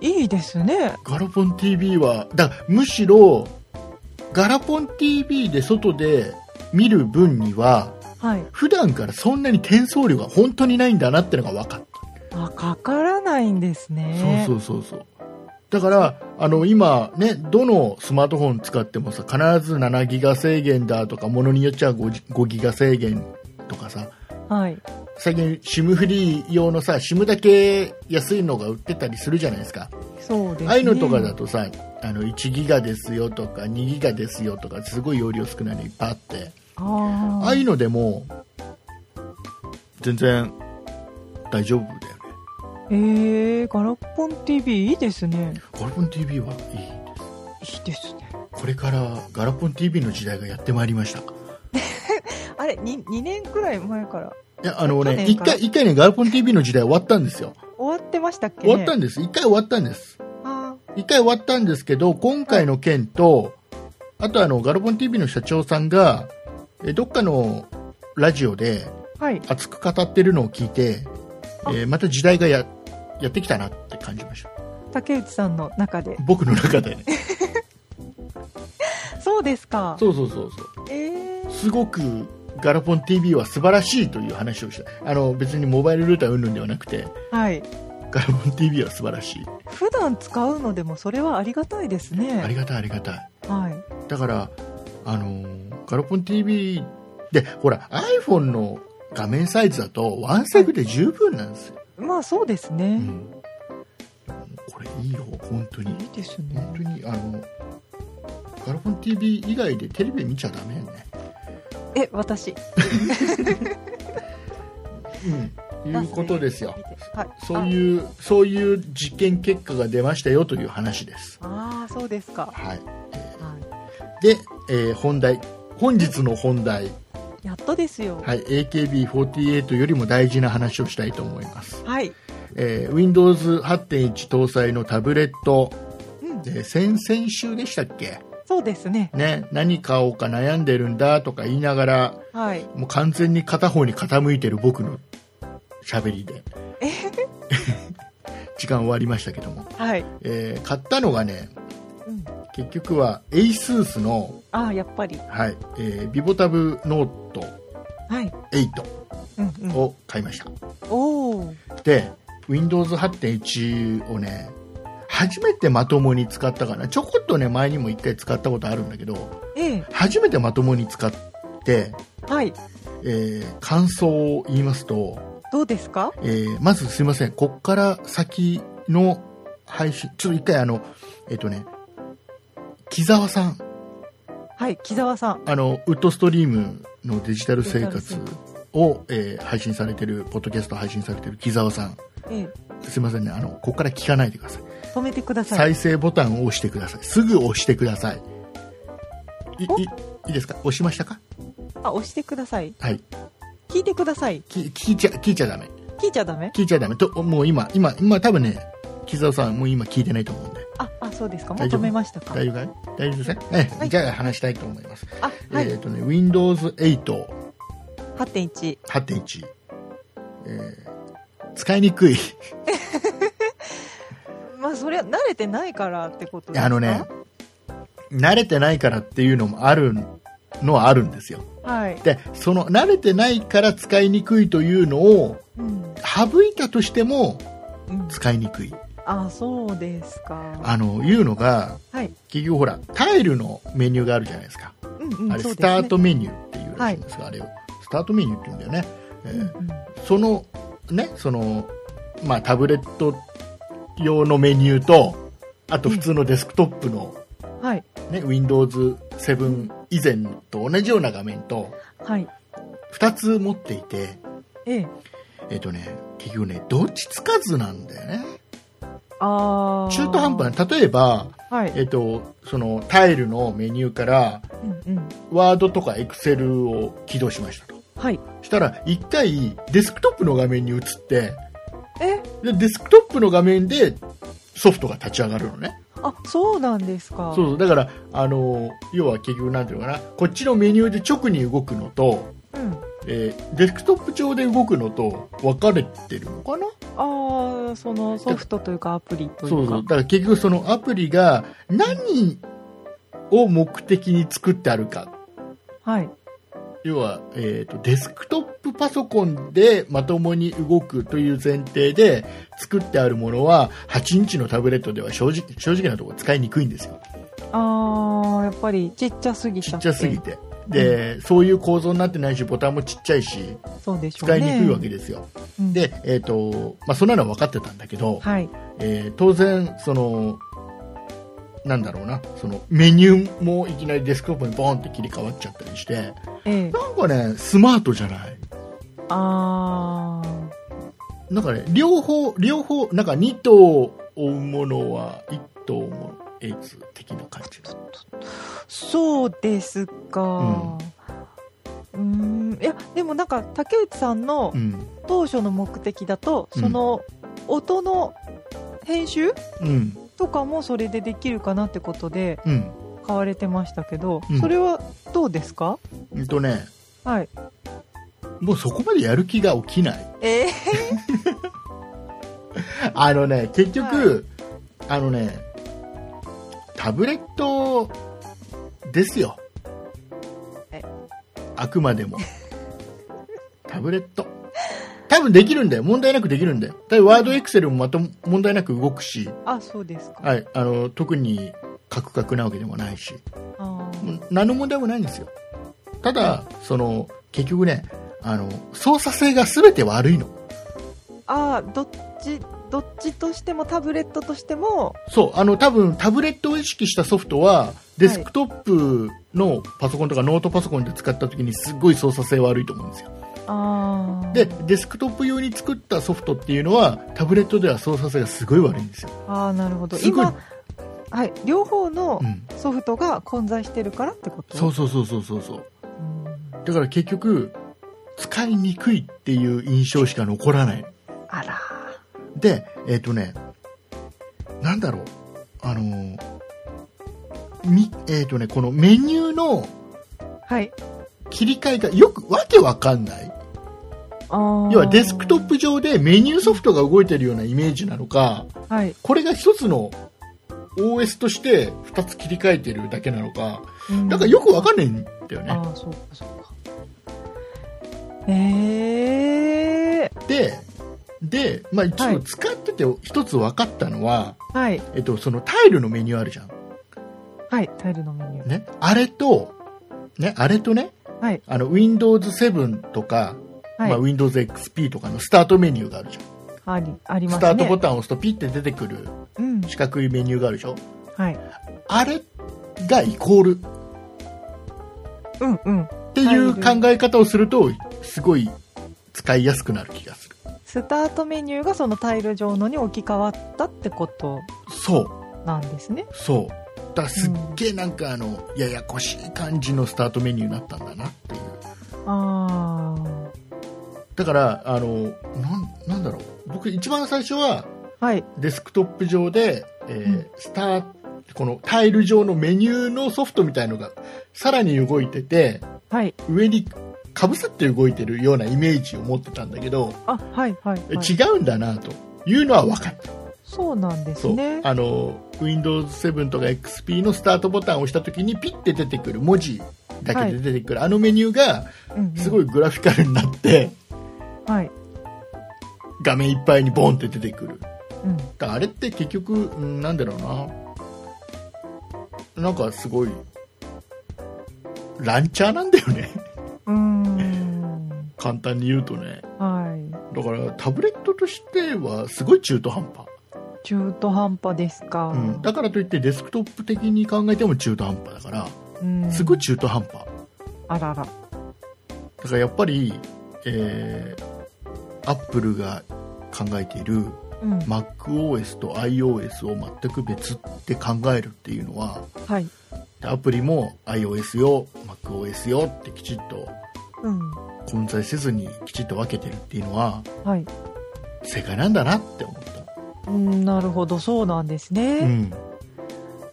[SPEAKER 3] いいですね
[SPEAKER 2] ガラポン TV は、だからむしろ、ガラポン TV で外で見る分には、
[SPEAKER 3] はい
[SPEAKER 2] 普段からそんなに転送量が本当にないんだなってのが分かっ
[SPEAKER 3] あかからないんです
[SPEAKER 2] た。
[SPEAKER 3] ね
[SPEAKER 2] そうそうそうそう。だから、あの、今ね、どのスマートフォン使ってもさ、必ず7ギガ制限だとか、ものによっちゃ 5, 5ギガ制限とかさ、
[SPEAKER 3] はい
[SPEAKER 2] 最近 SIM フリー用のさ SIM だけ安いのが売ってたりするじゃないですか
[SPEAKER 3] そうですね
[SPEAKER 2] ああいうのとかだとさあの1ギガですよとか2ギガですよとかすごい容量少ないのいっぱいあって
[SPEAKER 3] あ
[SPEAKER 2] あ
[SPEAKER 3] あ
[SPEAKER 2] あいうのでも全然大丈夫だよね
[SPEAKER 3] えー、ガラポン TV いいですね
[SPEAKER 2] ガラポン TV はいい
[SPEAKER 3] いいですね
[SPEAKER 2] これからガラポン TV の時代がやってまいりましたい
[SPEAKER 3] あれ 2, 2年くらい前から
[SPEAKER 2] やあの
[SPEAKER 3] 去
[SPEAKER 2] ね
[SPEAKER 3] 年
[SPEAKER 2] 一
[SPEAKER 3] から
[SPEAKER 2] 回一回ねガラポン TV の時代終わったんですよ
[SPEAKER 3] 終わってましたっけ、ね、
[SPEAKER 2] 終わったんです一回終わったんです
[SPEAKER 3] あ
[SPEAKER 2] 一回終わったんですけど、今回の件と、あとあの、ガルボン TV の社長さんが、えどっかのラジオで
[SPEAKER 3] ーはい
[SPEAKER 2] 熱く語ってるのを聞いて、えーまた時代がややってきたなって感じました。
[SPEAKER 3] 竹内さんの中で
[SPEAKER 2] 僕の中でね。
[SPEAKER 3] そうですか
[SPEAKER 2] そうそうそうそう。
[SPEAKER 3] えー、
[SPEAKER 2] すごく、ガラポン TV は素晴らしいという話をした。あの、別にモバイルルーター云々ではなくて、
[SPEAKER 3] はい
[SPEAKER 2] ガラポン TV は素晴らしい。
[SPEAKER 3] 普段使うのでもそれはありがたいですね
[SPEAKER 2] ありがたいありがたい。
[SPEAKER 3] はい
[SPEAKER 2] だから、あのーガラポン TV で、ほら、iPhone の画面サイズだと、ワンセグで十分なんですよ。
[SPEAKER 3] まあそうですね、
[SPEAKER 2] うん、これいいよ、本当に
[SPEAKER 3] い。いですね
[SPEAKER 2] 本当に、あの、ガラポン TV 以外でテレビ見ちゃダメよね。
[SPEAKER 3] え私
[SPEAKER 2] うん。いうことですよ。
[SPEAKER 3] はい
[SPEAKER 2] そういう、そういう実験結果が出ましたよという話です。
[SPEAKER 3] ああーそうですか、
[SPEAKER 2] はい。
[SPEAKER 3] は
[SPEAKER 2] で、えー本題。本日の本題。
[SPEAKER 3] い、やっとですよ
[SPEAKER 2] はい。AKB48 よりも大事な話をしたいと思います。
[SPEAKER 3] はい、
[SPEAKER 2] えー Windows 8.1搭載のタブレット、
[SPEAKER 3] うん、
[SPEAKER 2] えー先々週でしたっけ、
[SPEAKER 3] そうですね
[SPEAKER 2] ね、何買おうか悩んでるんだとか言いながら
[SPEAKER 3] はい
[SPEAKER 2] もう完全に片方に傾いてる僕の喋りで時間終わりましたけども、
[SPEAKER 3] はい、
[SPEAKER 2] えー買ったのがね
[SPEAKER 3] うん、
[SPEAKER 2] 結局は ASUS の、
[SPEAKER 3] ああやっぱり
[SPEAKER 2] はいえー、ビボタブノート
[SPEAKER 3] はい
[SPEAKER 2] 8
[SPEAKER 3] うんうん
[SPEAKER 2] を買いました
[SPEAKER 3] おお
[SPEAKER 2] で Windows 8.1をね初めてまともに使ったかなちょこっとね前にも1回使ったことあるんだけど
[SPEAKER 3] ええ
[SPEAKER 2] 初めてまともに使って、
[SPEAKER 3] はい
[SPEAKER 2] えー感想を言いますと、
[SPEAKER 3] どうですか
[SPEAKER 2] えーまずすいませんこっから先の配信ちょっと1回あのえっ、とね木澤さん
[SPEAKER 3] はい木澤さん
[SPEAKER 2] あのウッドストリームのデジタル生
[SPEAKER 3] デジ
[SPEAKER 2] 活
[SPEAKER 3] タル
[SPEAKER 2] を、えー配信されてるポッドキャスト配信されてる木澤さん
[SPEAKER 3] え
[SPEAKER 2] すいませんねあのこっから聞かないでください
[SPEAKER 3] え止めてください
[SPEAKER 2] 再生ボタンを押してください。すぐ押してください。い、い
[SPEAKER 3] お、
[SPEAKER 2] いいですか押しましたか
[SPEAKER 3] あ押してください
[SPEAKER 2] はい。
[SPEAKER 3] 聞いてください
[SPEAKER 2] き、聞いちゃ、聞いちゃダメ。
[SPEAKER 3] 聞いちゃダメ
[SPEAKER 2] 聞いちゃダメ。と、もう今、今、今多分ね、木澤さんもう今聞いてないと思うんで。
[SPEAKER 3] ああそうですかもう
[SPEAKER 2] 大丈
[SPEAKER 3] 止
[SPEAKER 2] 夫
[SPEAKER 3] めましたか
[SPEAKER 2] 大丈夫かい大丈夫ですねええ、
[SPEAKER 3] はい
[SPEAKER 2] じゃあ話したいと思います。
[SPEAKER 3] あは
[SPEAKER 2] えっ、
[SPEAKER 3] い
[SPEAKER 2] とね、Windows 8、
[SPEAKER 3] 8.1
[SPEAKER 2] 8.1。えー使いにくい。
[SPEAKER 3] まあそれは慣れてないからってことですか
[SPEAKER 2] あのね、慣れてないからっていうのもあるのはあるんですよ。
[SPEAKER 3] はい、
[SPEAKER 2] で、その慣れてないから使いにくいというのを、
[SPEAKER 3] うん、
[SPEAKER 2] 省いたとしても
[SPEAKER 3] うん
[SPEAKER 2] 使いにくい
[SPEAKER 3] あ、そうですか。
[SPEAKER 2] あのいうのが
[SPEAKER 3] はい。
[SPEAKER 2] 結局ほらタイルのメニューがあるじゃないですか、
[SPEAKER 3] うんうん、
[SPEAKER 2] あれ
[SPEAKER 3] そう
[SPEAKER 2] ス
[SPEAKER 3] です
[SPEAKER 2] タ
[SPEAKER 3] ね
[SPEAKER 2] ートメニューっていうらしいんですが、あれをスタートメニューって言うんだよね、えー
[SPEAKER 3] うん
[SPEAKER 2] そのねその、まあ、タブレット用のメニューとあと普通のデスクトップの、
[SPEAKER 3] うんはい。
[SPEAKER 2] ね Windows7 以前と同じような画面と
[SPEAKER 3] はい。
[SPEAKER 2] 2つ持っていて、
[SPEAKER 3] ええ。
[SPEAKER 2] えっとね、結局ねどっちつかずなんだよね
[SPEAKER 3] ああ。
[SPEAKER 2] 中途半端な例えば、
[SPEAKER 3] はい。
[SPEAKER 2] えっと、そのタイルのメニューから
[SPEAKER 3] うんうん。
[SPEAKER 2] ワードとかエクセルを起動しましたと
[SPEAKER 3] はい。
[SPEAKER 2] したら1回デスクトップの画面に移って
[SPEAKER 3] え、
[SPEAKER 2] でデスクトップの画面でソフトが立ち上がるのね
[SPEAKER 3] あ、そうなんですか。
[SPEAKER 2] そうそうだからあの要は結局なんていうのかなこっちのメニューで直に動くのと、
[SPEAKER 3] うん。
[SPEAKER 2] えーデスクトップ上で動くのと分かれてるのかな
[SPEAKER 3] ああ、そのソフトというかアプリというか。
[SPEAKER 2] そうそうだから結局そのアプリが何を目的に作ってあるか
[SPEAKER 3] はい。
[SPEAKER 2] 要は、えー、とデスクトップパソコンでまともに動くという前提で作ってあるものは8インチのタブレットでは正直正直なところ使いにくいんですよ
[SPEAKER 3] ああ、やっぱりちっちゃすぎ
[SPEAKER 2] ち
[SPEAKER 3] ちゃ
[SPEAKER 2] っ
[SPEAKER 3] って
[SPEAKER 2] ちゃすぎてで、そういう構造になってないしボタンもちっちゃいし
[SPEAKER 3] そうでしょう
[SPEAKER 2] 使い
[SPEAKER 3] ね。
[SPEAKER 2] にくいわけですよ、
[SPEAKER 3] うん
[SPEAKER 2] で、えーとまあ、そんなのは分かってたんだけど、
[SPEAKER 3] はい。
[SPEAKER 2] えー当然そのなんだろうなそのメニューもいきなりデスクトップにボーンって切り替わっちゃったりして
[SPEAKER 3] ええ。
[SPEAKER 2] なんかねスマートじゃない
[SPEAKER 3] あ
[SPEAKER 2] なんかね、両方、両方、なんか2頭を追うものは1頭もエイズ的な感じ。
[SPEAKER 3] あ、そうですか。うん、ん、いや、でもなんか、竹内さんの
[SPEAKER 2] うん。
[SPEAKER 3] 当初の目的だと、
[SPEAKER 2] うん
[SPEAKER 3] その音の編集
[SPEAKER 2] うん。
[SPEAKER 3] とかもそれでできるかなってことで
[SPEAKER 2] うん。
[SPEAKER 3] 買われてましたけど、
[SPEAKER 2] うん
[SPEAKER 3] それはどうですか
[SPEAKER 2] うんとね、
[SPEAKER 3] はい。
[SPEAKER 2] もうそこまでやる気が起きない。
[SPEAKER 3] ええ
[SPEAKER 2] あのね、結局、あのね、タブレットですよ
[SPEAKER 3] え。
[SPEAKER 2] あくまでも。 タブレット。多分できるんだよ。問題なくできるんだよ。だワードエクセルもまた問題なく動くし。
[SPEAKER 3] あ、そうですか。
[SPEAKER 2] はい、あの特にカクカクなわけでもないし
[SPEAKER 3] あー
[SPEAKER 2] うん何の問題もないんですよただその結局ねあの操作性が全て悪いの
[SPEAKER 3] あー、どっち、どっちとしてもタブレットとしても、
[SPEAKER 2] そうあの多分タブレットを意識したソフトはデスクトップのパソコンとかノートパソコンで使った時にすっごい操作性悪いと思うんですよ
[SPEAKER 3] あー
[SPEAKER 2] でデスクトップ用に作ったソフトっていうのはタブレットでは操作性がすごい悪いんですよ
[SPEAKER 3] あーなるほど
[SPEAKER 2] すごい
[SPEAKER 3] 今、はい、両方の
[SPEAKER 2] うん
[SPEAKER 3] ソフトが混在してるからってこと、
[SPEAKER 2] そうそうそうそうそうそう
[SPEAKER 3] うん
[SPEAKER 2] だから結局使いにくいっていう印象しか残らない
[SPEAKER 3] あら
[SPEAKER 2] で、えっ、とね、なんだろう、あのーみ、えっ、とね、このメニューの
[SPEAKER 3] はい
[SPEAKER 2] 切り替えがよくわけわかんない。
[SPEAKER 3] あ
[SPEAKER 2] 要はデスクトッ
[SPEAKER 3] プ
[SPEAKER 2] プ上でメニューソフトが動いてるようなイメージなのか、
[SPEAKER 3] はい、
[SPEAKER 2] これが一つの OS として二つ切り替えてるだけなのか、
[SPEAKER 3] うん
[SPEAKER 2] なんかよくわかんないんだよね。
[SPEAKER 3] ああそうかそうかええ
[SPEAKER 2] で、で、まあ一応
[SPEAKER 3] はい
[SPEAKER 2] 使ってて一つ分かったのは、
[SPEAKER 3] はい
[SPEAKER 2] えっと、そのタイルのメニューあるじゃん。
[SPEAKER 3] はいタイルのメニュー、
[SPEAKER 2] ね、あれと、ね、あれとね、
[SPEAKER 3] はい
[SPEAKER 2] あの Windows 7とか、
[SPEAKER 3] はい、
[SPEAKER 2] まあ、Windows XP とかのスタートメニューがあるじゃん、
[SPEAKER 3] ありありま
[SPEAKER 2] ス
[SPEAKER 3] すね
[SPEAKER 2] タートボタンを押すとピッて出てくる
[SPEAKER 3] うん
[SPEAKER 2] 四角いメニューがあるでしょ
[SPEAKER 3] はい
[SPEAKER 2] あれがイコールっ
[SPEAKER 3] うんうん
[SPEAKER 2] ていう考え方をするとすごい使いやすくなる気がする
[SPEAKER 3] スタートメニューがそのタイル上のに置き換わったってこと
[SPEAKER 2] そう
[SPEAKER 3] なんですね
[SPEAKER 2] そうだからすっげえなんかあのややこしい感じのスタートメニューになったんだなっていう
[SPEAKER 3] あ
[SPEAKER 2] だからあのなんなんだろう僕一番最初は
[SPEAKER 3] あはい
[SPEAKER 2] デスクトップ上で、えー
[SPEAKER 3] うん
[SPEAKER 2] スターこのタイル上のメニューのソフトみたいのがさらに動いてて
[SPEAKER 3] はい
[SPEAKER 2] 上にかぶさって動いてるようなイメージを持ってたんだけど、
[SPEAKER 3] あはいはい、はい、
[SPEAKER 2] 違うんだなというのは分かった
[SPEAKER 3] そうなんです
[SPEAKER 2] そう、
[SPEAKER 3] ね
[SPEAKER 2] あの Windows7 とか XP のスタートボタンを押した時にピッて出てくる文字だけで出てくる、あのメニューが
[SPEAKER 3] うんうん
[SPEAKER 2] すごいグラフィカルになって、
[SPEAKER 3] はい
[SPEAKER 2] 画面いっぱいにボンって出てくる
[SPEAKER 3] うん
[SPEAKER 2] だからあれって結局うんなんだろうななんかすごいランチャーなんだよね
[SPEAKER 3] うーん
[SPEAKER 2] 簡単に言うとね
[SPEAKER 3] はい
[SPEAKER 2] だからタブレットとしてはすごい中途半端、
[SPEAKER 3] 中途半端ですか、
[SPEAKER 2] うん、だからといってデスクトップ的に考えても中途半端だか
[SPEAKER 3] うん
[SPEAKER 2] らすごい中途半端だ
[SPEAKER 3] あらら
[SPEAKER 2] からやっぱりえー、アップルが考えている
[SPEAKER 3] うん
[SPEAKER 2] MacOS と iOS を全く別って考えるっていうのは
[SPEAKER 3] はい
[SPEAKER 2] アプリも iOS よ MacOS よってきちっと
[SPEAKER 3] うん
[SPEAKER 2] 混在せずにきちっと分けてるっていうのは
[SPEAKER 3] はい
[SPEAKER 2] 正解なんだなって思った、
[SPEAKER 3] うんなるほどそうなんですね、
[SPEAKER 2] うん、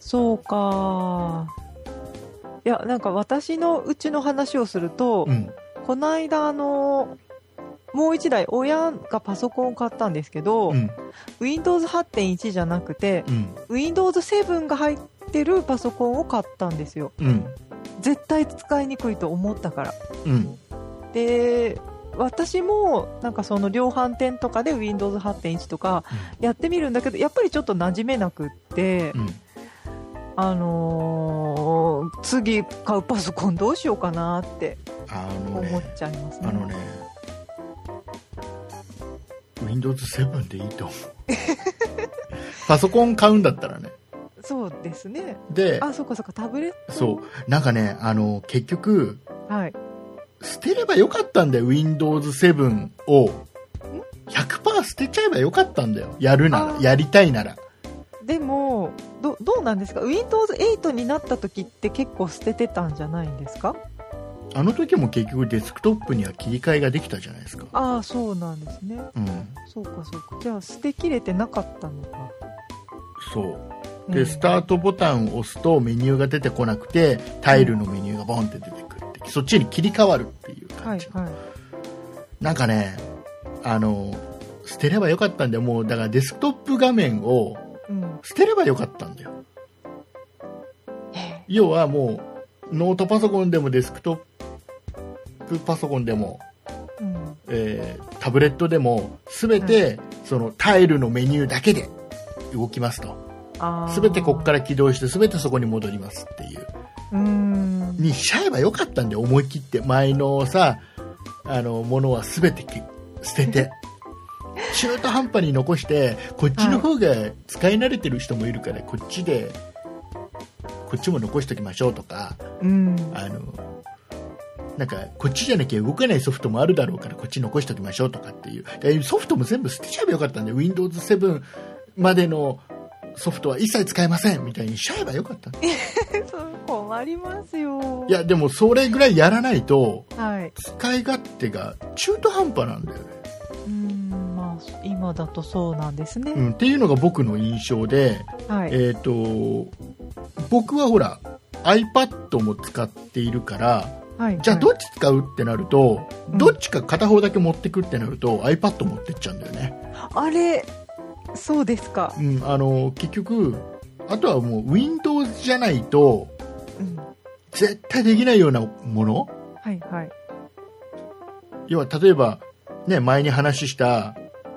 [SPEAKER 3] そうかいやなんか私のうちの話をすると、
[SPEAKER 2] うん
[SPEAKER 3] この間あのもう1台親がパソコンを買ったんですけど、
[SPEAKER 2] うん
[SPEAKER 3] Windows8.1 じゃなくて
[SPEAKER 2] うん
[SPEAKER 3] Windows7 が入ってるパソコンを買ったんですよ
[SPEAKER 2] うん
[SPEAKER 3] 絶対使いにくいと思ったから
[SPEAKER 2] うん
[SPEAKER 3] で私もなんかその量販店とかで Windows8.1 とかやってみるんだけどやっぱりちょっと馴染めなくって、
[SPEAKER 2] うん
[SPEAKER 3] あのー次買うパソコンどうしようかなって
[SPEAKER 2] あの
[SPEAKER 3] 思っ
[SPEAKER 2] ね
[SPEAKER 3] ちゃいますね
[SPEAKER 2] あのね Windows7 でいいと思 うパソコン買うんだったらね
[SPEAKER 3] そうですね
[SPEAKER 2] で
[SPEAKER 3] あそっかそっかタブレット
[SPEAKER 2] そうなんかねあの結局
[SPEAKER 3] はい
[SPEAKER 2] 捨てればよかったんだよ Windows7 を100%捨てちゃえばよかったんだよやるな
[SPEAKER 3] あ
[SPEAKER 2] ら
[SPEAKER 3] ー
[SPEAKER 2] やりたいなら
[SPEAKER 3] でもどどうなんですか Windows8 になった時って結構捨ててたんじゃないんですか
[SPEAKER 2] あの時も結局デスクトップには切り替えができたじゃないですか
[SPEAKER 3] ああそうなんですね
[SPEAKER 2] うん
[SPEAKER 3] そうかそうかじゃあ捨てきれてなかったのか
[SPEAKER 2] そう
[SPEAKER 3] う
[SPEAKER 2] で
[SPEAKER 3] ん
[SPEAKER 2] スタートボタンを押すとメニューが出てこなくてタイルのメニューがボンって出てくるってそっちに切り替わるっていう
[SPEAKER 3] は
[SPEAKER 2] 感
[SPEAKER 3] い
[SPEAKER 2] じ、
[SPEAKER 3] はい
[SPEAKER 2] なんかねあの捨てればよかったんだよもうだからデスクトップ画面を
[SPEAKER 3] うん
[SPEAKER 2] 捨てればよかったんだよ
[SPEAKER 3] へ
[SPEAKER 2] 要はもうノートパソコンでもデスクトップパソコンでも、
[SPEAKER 3] えうん
[SPEAKER 2] えータブレットでも全てそのタイルのメニューだけで動きますと
[SPEAKER 3] あー
[SPEAKER 2] 全てここから起動して全てそこに戻りますっていう
[SPEAKER 3] うーん
[SPEAKER 2] にしちゃえばよかったんで思い切って前のさあのものは全てけ捨てて中途半端に残してこっちの方が使い慣れてる人もいるからこっちでこっちも残しときましょうとか
[SPEAKER 3] うん
[SPEAKER 2] あのなんかこっちじゃなきゃ動かないソフトもあるだろうからこっち残しておきましょうとかっていうでソフトも全部捨てちゃえばよかったんで Windows7 までのソフトは一切使えませんみたいにしちゃえばよかったい
[SPEAKER 3] そう困りますよ
[SPEAKER 2] やでもそれぐらいやらないと
[SPEAKER 3] はい
[SPEAKER 2] 使い勝手が中途半端なんだよね、
[SPEAKER 3] うーんまあ今だとそうなんですね、
[SPEAKER 2] うん、っていうのが僕の印象で、
[SPEAKER 3] はい
[SPEAKER 2] えっ、と僕はほら iPad も使っているから
[SPEAKER 3] はい
[SPEAKER 2] じゃあ
[SPEAKER 3] はい
[SPEAKER 2] どっち使うってなると、
[SPEAKER 3] うん
[SPEAKER 2] どっちか片方だけ持ってくってなると iPad 持ってっちゃうんだよね、
[SPEAKER 3] あれそうですか
[SPEAKER 2] うん、あの結局あとはもう Windows じゃないと
[SPEAKER 3] うん
[SPEAKER 2] 絶対できないようなもの
[SPEAKER 3] はいはい
[SPEAKER 2] 要は例えば、ね、前に話した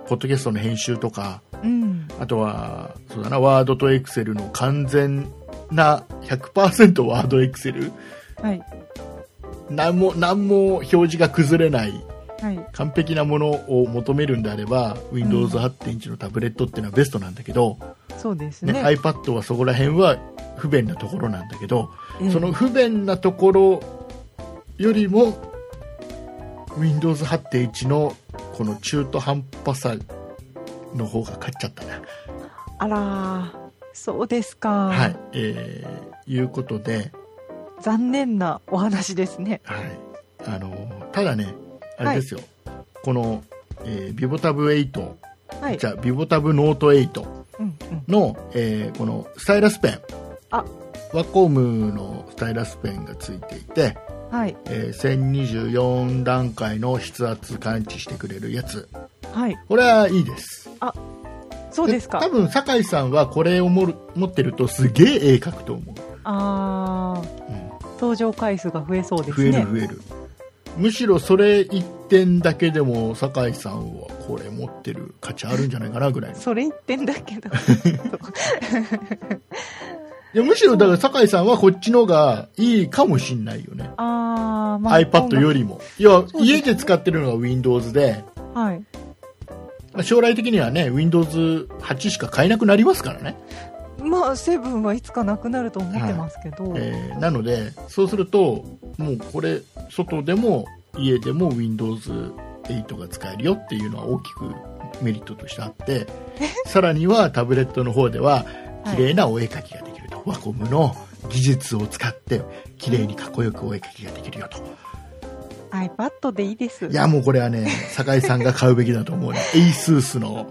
[SPEAKER 2] ポッドキャストの編集とか
[SPEAKER 3] うん
[SPEAKER 2] あとはそうだなワードとエクセルの完全な100%ワードエクセル
[SPEAKER 3] はい
[SPEAKER 2] 何も何も表示が崩れない
[SPEAKER 3] はい
[SPEAKER 2] 完璧なものを求めるんであれば Windows 8.1のタブレットっていうのはベストなんだけど、
[SPEAKER 3] そうです
[SPEAKER 2] ね
[SPEAKER 3] ね
[SPEAKER 2] iPad はそこら辺は不便なところなんだけど、
[SPEAKER 3] ええ
[SPEAKER 2] その不便なところよりも Windows 8.1のこの中途半端さの方が勝っちゃったな。
[SPEAKER 3] あらーそうですか、
[SPEAKER 2] はい、えー、いうことで、
[SPEAKER 3] 残念なお話ですね
[SPEAKER 2] はい、あのただねあれですよ、この、えー、ビボタブ8、
[SPEAKER 3] はい
[SPEAKER 2] じゃあビボタブノート8
[SPEAKER 3] うんうん
[SPEAKER 2] の、えーこのスタイラスペン
[SPEAKER 3] あ
[SPEAKER 2] ワコームのスタイラスペンがついていて、
[SPEAKER 3] はい
[SPEAKER 2] えー1024段階の筆圧感知してくれるやつ
[SPEAKER 3] はい
[SPEAKER 2] これはいいです
[SPEAKER 3] そうですか
[SPEAKER 2] 多分酒井さんはこれをもる持ってるとすげえ絵描くと思う、
[SPEAKER 3] あー
[SPEAKER 2] う
[SPEAKER 3] 登場回数が増えそうで
[SPEAKER 2] ん、増
[SPEAKER 3] す
[SPEAKER 2] え
[SPEAKER 3] ね
[SPEAKER 2] る増えるむしろそれ1点だけでも酒井さんはこれ持ってる価値あるんじゃないかなぐらいの
[SPEAKER 3] それ言ってんだ けど
[SPEAKER 2] いやむしろだから酒井さんはこっちのがいいかもしんないよね、
[SPEAKER 3] あー、まあ
[SPEAKER 2] iPad よ
[SPEAKER 3] り
[SPEAKER 2] りもいや、
[SPEAKER 3] そうですね
[SPEAKER 2] 家で使ってるのが Windows で
[SPEAKER 3] はい
[SPEAKER 2] まあ将来的にはね Windows8 しか買えなくなりますからね、
[SPEAKER 3] まあセブンはいつかなくなると思ってますけど、
[SPEAKER 2] えーなのでそうするともうこれ外でも家でも Windows8 が使えるよっていうのは大きくメリットとしてあってさらにはタブレットの方では
[SPEAKER 3] はい
[SPEAKER 2] 綺麗なお絵描きができると、ワコムの技術を使って綺麗にかっこよくお絵描きができるよと
[SPEAKER 3] iPad でいいです
[SPEAKER 2] いやもうこれはね酒井さんが買うべきだと思うね ASUS の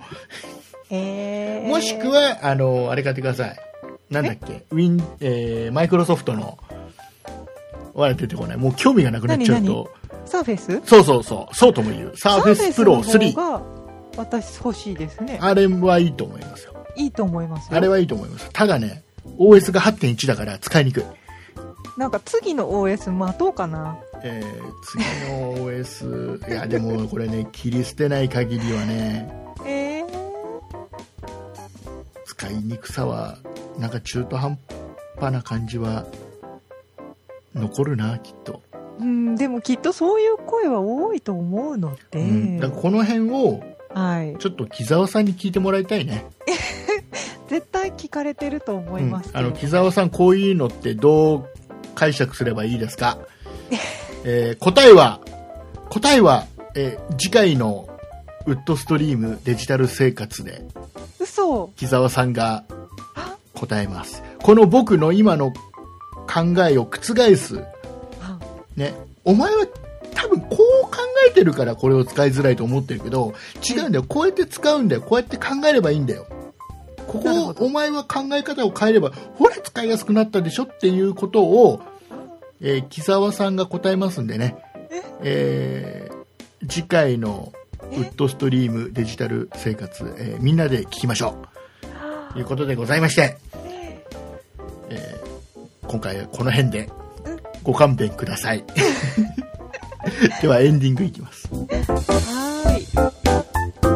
[SPEAKER 3] えー
[SPEAKER 2] もしくはあのあれ買ってくださいなんだっけウィン、えー、マイクロソフトのわら出てこないもう興味がなくなっちゃう
[SPEAKER 3] 何
[SPEAKER 2] と
[SPEAKER 3] サーフェス
[SPEAKER 2] そうそうそうそうとも言うサーフェスプロ
[SPEAKER 3] サーフェ
[SPEAKER 2] 3
[SPEAKER 3] スの方が私欲しいですね
[SPEAKER 2] あれはいいと思いますよ
[SPEAKER 3] いいと思いますよ
[SPEAKER 2] あれはいいと思いますただね OS が8.1だから使いにくい
[SPEAKER 3] なんか次の OS 待とうかな
[SPEAKER 2] えー次の OS いやでもこれね 切り捨てない限りはね
[SPEAKER 3] えー、
[SPEAKER 2] 使いにくさはなんか中途半端な感じは残るなきっと、
[SPEAKER 3] うんでもきっとそういう声は多いと思うので、
[SPEAKER 2] うん、だからこの辺を
[SPEAKER 3] はい
[SPEAKER 2] ちょっと木澤さんに聞いてもらいたいね、
[SPEAKER 3] 絶対聞かれてると思い
[SPEAKER 2] うん、あ
[SPEAKER 3] ます、
[SPEAKER 2] の木澤さんこういうのってどう解釈すればいいです か、えー答えは答えは、えー次回のウッドストリームデジタル生活で
[SPEAKER 3] 嘘
[SPEAKER 2] 木澤さんが答えますこの僕の今の考えを覆す
[SPEAKER 3] あ
[SPEAKER 2] ねお前は多分こう考えてるからこれを使いづらいと思ってるけど違うんだよこうやって使うんだよこうやって考えればいいんだよこ
[SPEAKER 3] なる
[SPEAKER 2] こ
[SPEAKER 3] ほ
[SPEAKER 2] を
[SPEAKER 3] ど
[SPEAKER 2] お前は考え方を変えればほら使いやすくなったでしょっていうことを、えー木澤さんが答えますんでねえー次回のウッドストリームデジタル生活、えーみんなで聞きましょうということでございまして、えー今回はこの辺でご勘弁ください ではエンディングいきます
[SPEAKER 3] はーい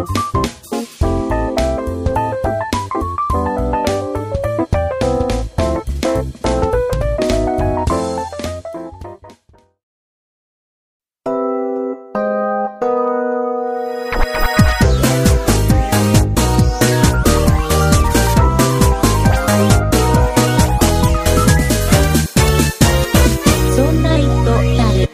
[SPEAKER 1] そんな糸だる。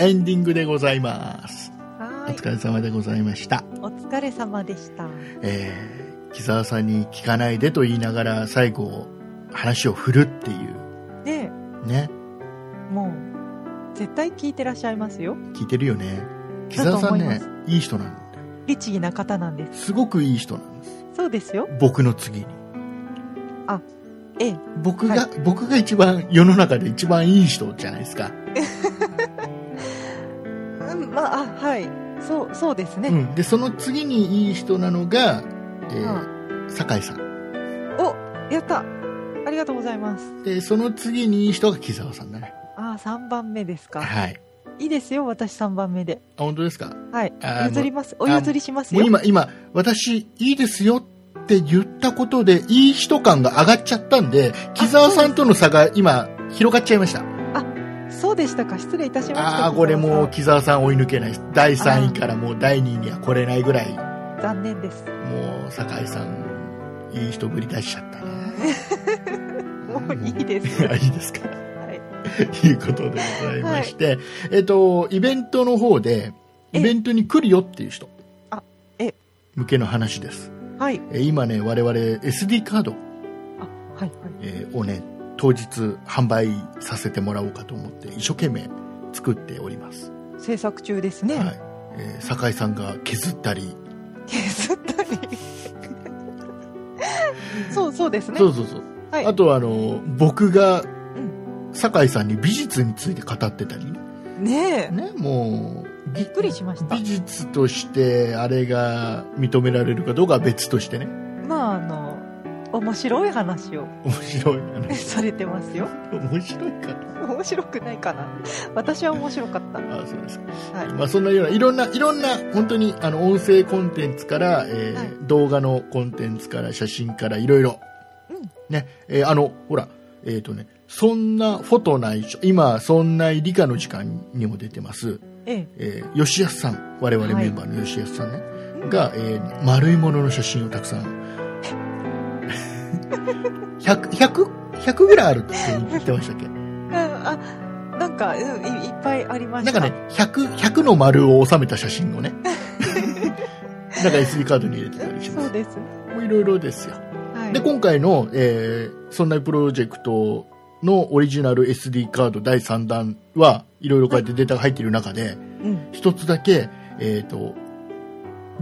[SPEAKER 2] エンディングでございます
[SPEAKER 3] は
[SPEAKER 2] お
[SPEAKER 3] ーい
[SPEAKER 2] 疲れ様でございました、
[SPEAKER 3] お疲れ様でした
[SPEAKER 2] えー木澤さんに聞かないでと言いながら最後話を振るっていう
[SPEAKER 3] で
[SPEAKER 2] ね
[SPEAKER 3] もう絶対聞いてらっしゃいますよ
[SPEAKER 2] 聞いてるよね木澤さん
[SPEAKER 3] だ
[SPEAKER 2] ね
[SPEAKER 3] と思
[SPEAKER 2] いい人なんです
[SPEAKER 3] 律儀な方なんです
[SPEAKER 2] すごくいい人なんです
[SPEAKER 3] そうですよ
[SPEAKER 2] 僕の次に
[SPEAKER 3] ええ
[SPEAKER 2] 僕が、
[SPEAKER 3] は
[SPEAKER 2] 僕が一番世の中で一番いい人じゃないですか、
[SPEAKER 3] うんまああはいそうそうですね、
[SPEAKER 2] うん、でその次にいい人なのが、えー
[SPEAKER 3] は
[SPEAKER 2] 酒井さん
[SPEAKER 3] おやったありがとうございます
[SPEAKER 2] でその次にいい人が木澤さんだね
[SPEAKER 3] ああ3番目で すか
[SPEAKER 2] はい
[SPEAKER 3] いいですよ私3番目で
[SPEAKER 2] あ本当ですか
[SPEAKER 3] はい
[SPEAKER 2] あ
[SPEAKER 3] 譲りますお譲りします
[SPEAKER 2] もう
[SPEAKER 3] よ
[SPEAKER 2] 今今私いいですよって言ったことでいい人感が上がっちゃったんで木澤さんとの差が今広がっちゃいました
[SPEAKER 3] そうでしたか失礼いたしました
[SPEAKER 2] ああーこれもう
[SPEAKER 3] 木
[SPEAKER 2] 木澤さん追い抜けないです第3位からもう第2位には来れないぐらい
[SPEAKER 3] 澤さん残念です
[SPEAKER 2] もう酒井さんいい人ぶり出しちゃ ったね
[SPEAKER 3] もういいです
[SPEAKER 2] あいいですか
[SPEAKER 3] はい
[SPEAKER 2] ということでございまして、えっと、イベントの方で、
[SPEAKER 3] え
[SPEAKER 2] イベントに来るよっていう人。
[SPEAKER 3] あえ
[SPEAKER 2] 向けの話です。
[SPEAKER 3] はい
[SPEAKER 2] え今ね、我々 SD カード、
[SPEAKER 3] あはいはい
[SPEAKER 2] えーをね、当日販売させてもらおうかと思って、一生懸命作っております。
[SPEAKER 3] 制作中ですね、
[SPEAKER 2] はい。えー酒井さんが削ったり、
[SPEAKER 3] 削ったりそうそうですね
[SPEAKER 2] そうそうそう。
[SPEAKER 3] はい
[SPEAKER 2] あとはあの、僕が
[SPEAKER 3] ん、
[SPEAKER 2] 酒井さんに美術について語ってたりね。
[SPEAKER 3] ねえ
[SPEAKER 2] ね、もう、びっ
[SPEAKER 3] びっくりしました
[SPEAKER 2] 美術としてあれが認められるかどうかは別としてね
[SPEAKER 3] まああの面白い話を
[SPEAKER 2] 面白い話
[SPEAKER 3] されてますよ
[SPEAKER 2] 面白いかな
[SPEAKER 3] 面白くないかな私は面白かった
[SPEAKER 2] あそうですか、
[SPEAKER 3] はい
[SPEAKER 2] まあ、そんなようないろんないろんな本当にあの音声コンテンツから、えー
[SPEAKER 3] はい
[SPEAKER 2] 動画のコンテンツから写真からいろいろ
[SPEAKER 3] うん
[SPEAKER 2] ねえーあのほらえっ、とねそんなフォトない今そんな理科の時間にも出てます、
[SPEAKER 3] え
[SPEAKER 2] えー、吉安さん我々
[SPEAKER 3] はい
[SPEAKER 2] メンバーの吉安さんね、
[SPEAKER 3] えうん
[SPEAKER 2] が、えー丸いものの写真をたくさん 100, 100, 100ぐらいあるって言ってましたっけ
[SPEAKER 3] うんあなんか、うんいいっぱいありま
[SPEAKER 2] な
[SPEAKER 3] し
[SPEAKER 2] んか
[SPEAKER 3] た
[SPEAKER 2] ね、100、100の丸を収めた写真 をね、なんか SD カードに入れてたりしま
[SPEAKER 3] そう
[SPEAKER 2] す。
[SPEAKER 3] ですね、
[SPEAKER 2] もういろいろですよ。
[SPEAKER 3] はい、
[SPEAKER 2] で、今回の、えー、そんなプロジェクトのオリジナル SD カード第3弾はいろいろこうやってデータが入っている中で、
[SPEAKER 3] うん
[SPEAKER 2] 一つだけ、えっ、と、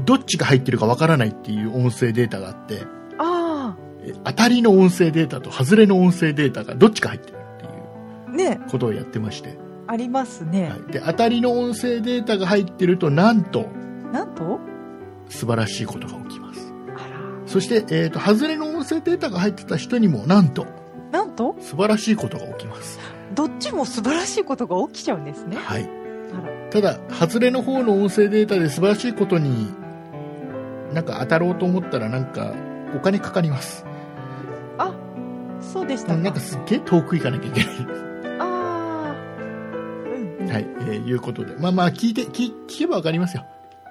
[SPEAKER 2] どっちが入ってるかわからないっていう音声データがあって、
[SPEAKER 3] あ
[SPEAKER 2] え当たりの音声データと外れの音声データがどっちか入ってるっていう
[SPEAKER 3] あね
[SPEAKER 2] ことをやってまして、
[SPEAKER 3] ありますね、
[SPEAKER 2] はい、で当たりの音声データが入ってるとなんと
[SPEAKER 3] なんと
[SPEAKER 2] 素晴らしいことが起きます
[SPEAKER 3] あら
[SPEAKER 2] そして、えー、と外れの音声データが入ってた人にもなんと
[SPEAKER 3] なんと
[SPEAKER 2] 素晴らしいことが起きます、
[SPEAKER 3] どっちも素晴らしいことが起きちゃうんですね
[SPEAKER 2] はい、
[SPEAKER 3] あ
[SPEAKER 2] た
[SPEAKER 3] ら
[SPEAKER 2] だ外れの方の音声データで素晴らしいことになんか当たろうと思ったらなんかお金かかります
[SPEAKER 3] そうでしたか
[SPEAKER 2] なんかすっげえ遠く行かなきゃいけない、
[SPEAKER 3] ああうんうん、
[SPEAKER 2] はいえーいうことでまあまあ聞いて聞聞けばわかりますよ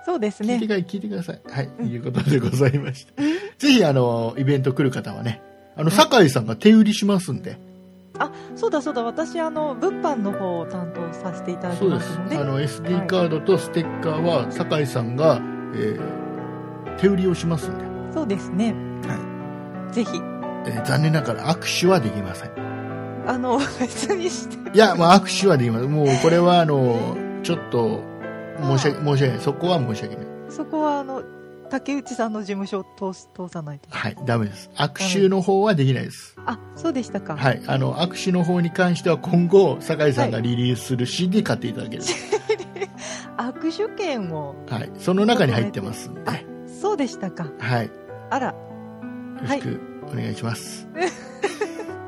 [SPEAKER 3] そうです
[SPEAKER 2] 聞いてく
[SPEAKER 3] ね
[SPEAKER 2] ださい、聞いてください。はい、
[SPEAKER 3] うん
[SPEAKER 2] いうことでございました。ぜひ、あの、イベント来る方はね、あの、酒井さんが手売りしますんで、
[SPEAKER 3] そうだそうだ私あの物販の方を担当させていただき
[SPEAKER 2] そうで。
[SPEAKER 3] ますす
[SPEAKER 2] あ
[SPEAKER 3] ので
[SPEAKER 2] の、SD カードとステッカーは、酒井さんが、えー手売りをしますんで、
[SPEAKER 3] そうですね
[SPEAKER 2] は
[SPEAKER 3] ぜひ
[SPEAKER 2] えー残念ながら握手はできません。
[SPEAKER 3] あの 別にして
[SPEAKER 2] いや、まあ、握手はできません。もう、これは、あの、ちょっと、申し訳、申し訳ない。そこは申し訳ない。
[SPEAKER 3] そこはあの竹内さんの事務所を通す通さないと
[SPEAKER 2] はい、ダメです。握手の方はできないです。
[SPEAKER 3] あそうでしたか、
[SPEAKER 2] はい、あの握手の方に関しては今後酒井さんがリリースする CD 買っていただける、
[SPEAKER 3] 握手券を
[SPEAKER 2] はいその中に入ってますんで、
[SPEAKER 3] あそうでしたか
[SPEAKER 2] はい、よ
[SPEAKER 3] あら
[SPEAKER 2] ろしくお願いします、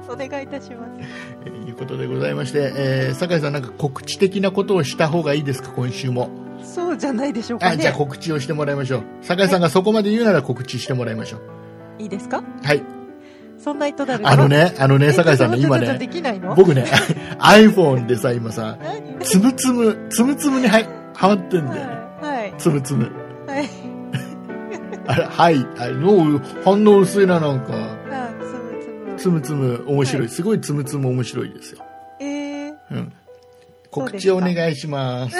[SPEAKER 3] お願いいたします
[SPEAKER 2] ということでございまして、えー酒井さんなんか告知的なことをした方がいいですか今週も
[SPEAKER 3] そうじゃないでしょうか
[SPEAKER 2] あ
[SPEAKER 3] ね
[SPEAKER 2] じゃあ告知をしてもらいましょう酒井さんがそこまで言うなら告知してもらいましょう
[SPEAKER 3] いいですか
[SPEAKER 2] はい
[SPEAKER 3] そんな人だる
[SPEAKER 2] あのねあのね酒井さんね
[SPEAKER 3] ちょ
[SPEAKER 2] 今
[SPEAKER 3] ちょちょ
[SPEAKER 2] ね
[SPEAKER 3] できないの
[SPEAKER 2] 僕ね iPhone でさ今さ
[SPEAKER 3] 何
[SPEAKER 2] つむつむつむつむにははまってんだよね
[SPEAKER 3] はい
[SPEAKER 2] つむつむ
[SPEAKER 3] はいはい
[SPEAKER 2] あれはいあの反応薄いななんか
[SPEAKER 3] あつ
[SPEAKER 2] つ
[SPEAKER 3] ぶつぶ
[SPEAKER 2] むつむ面白い、
[SPEAKER 3] はい
[SPEAKER 2] すごいつむつむ面白いですよ、
[SPEAKER 3] えー、
[SPEAKER 2] うん、告知をお願いします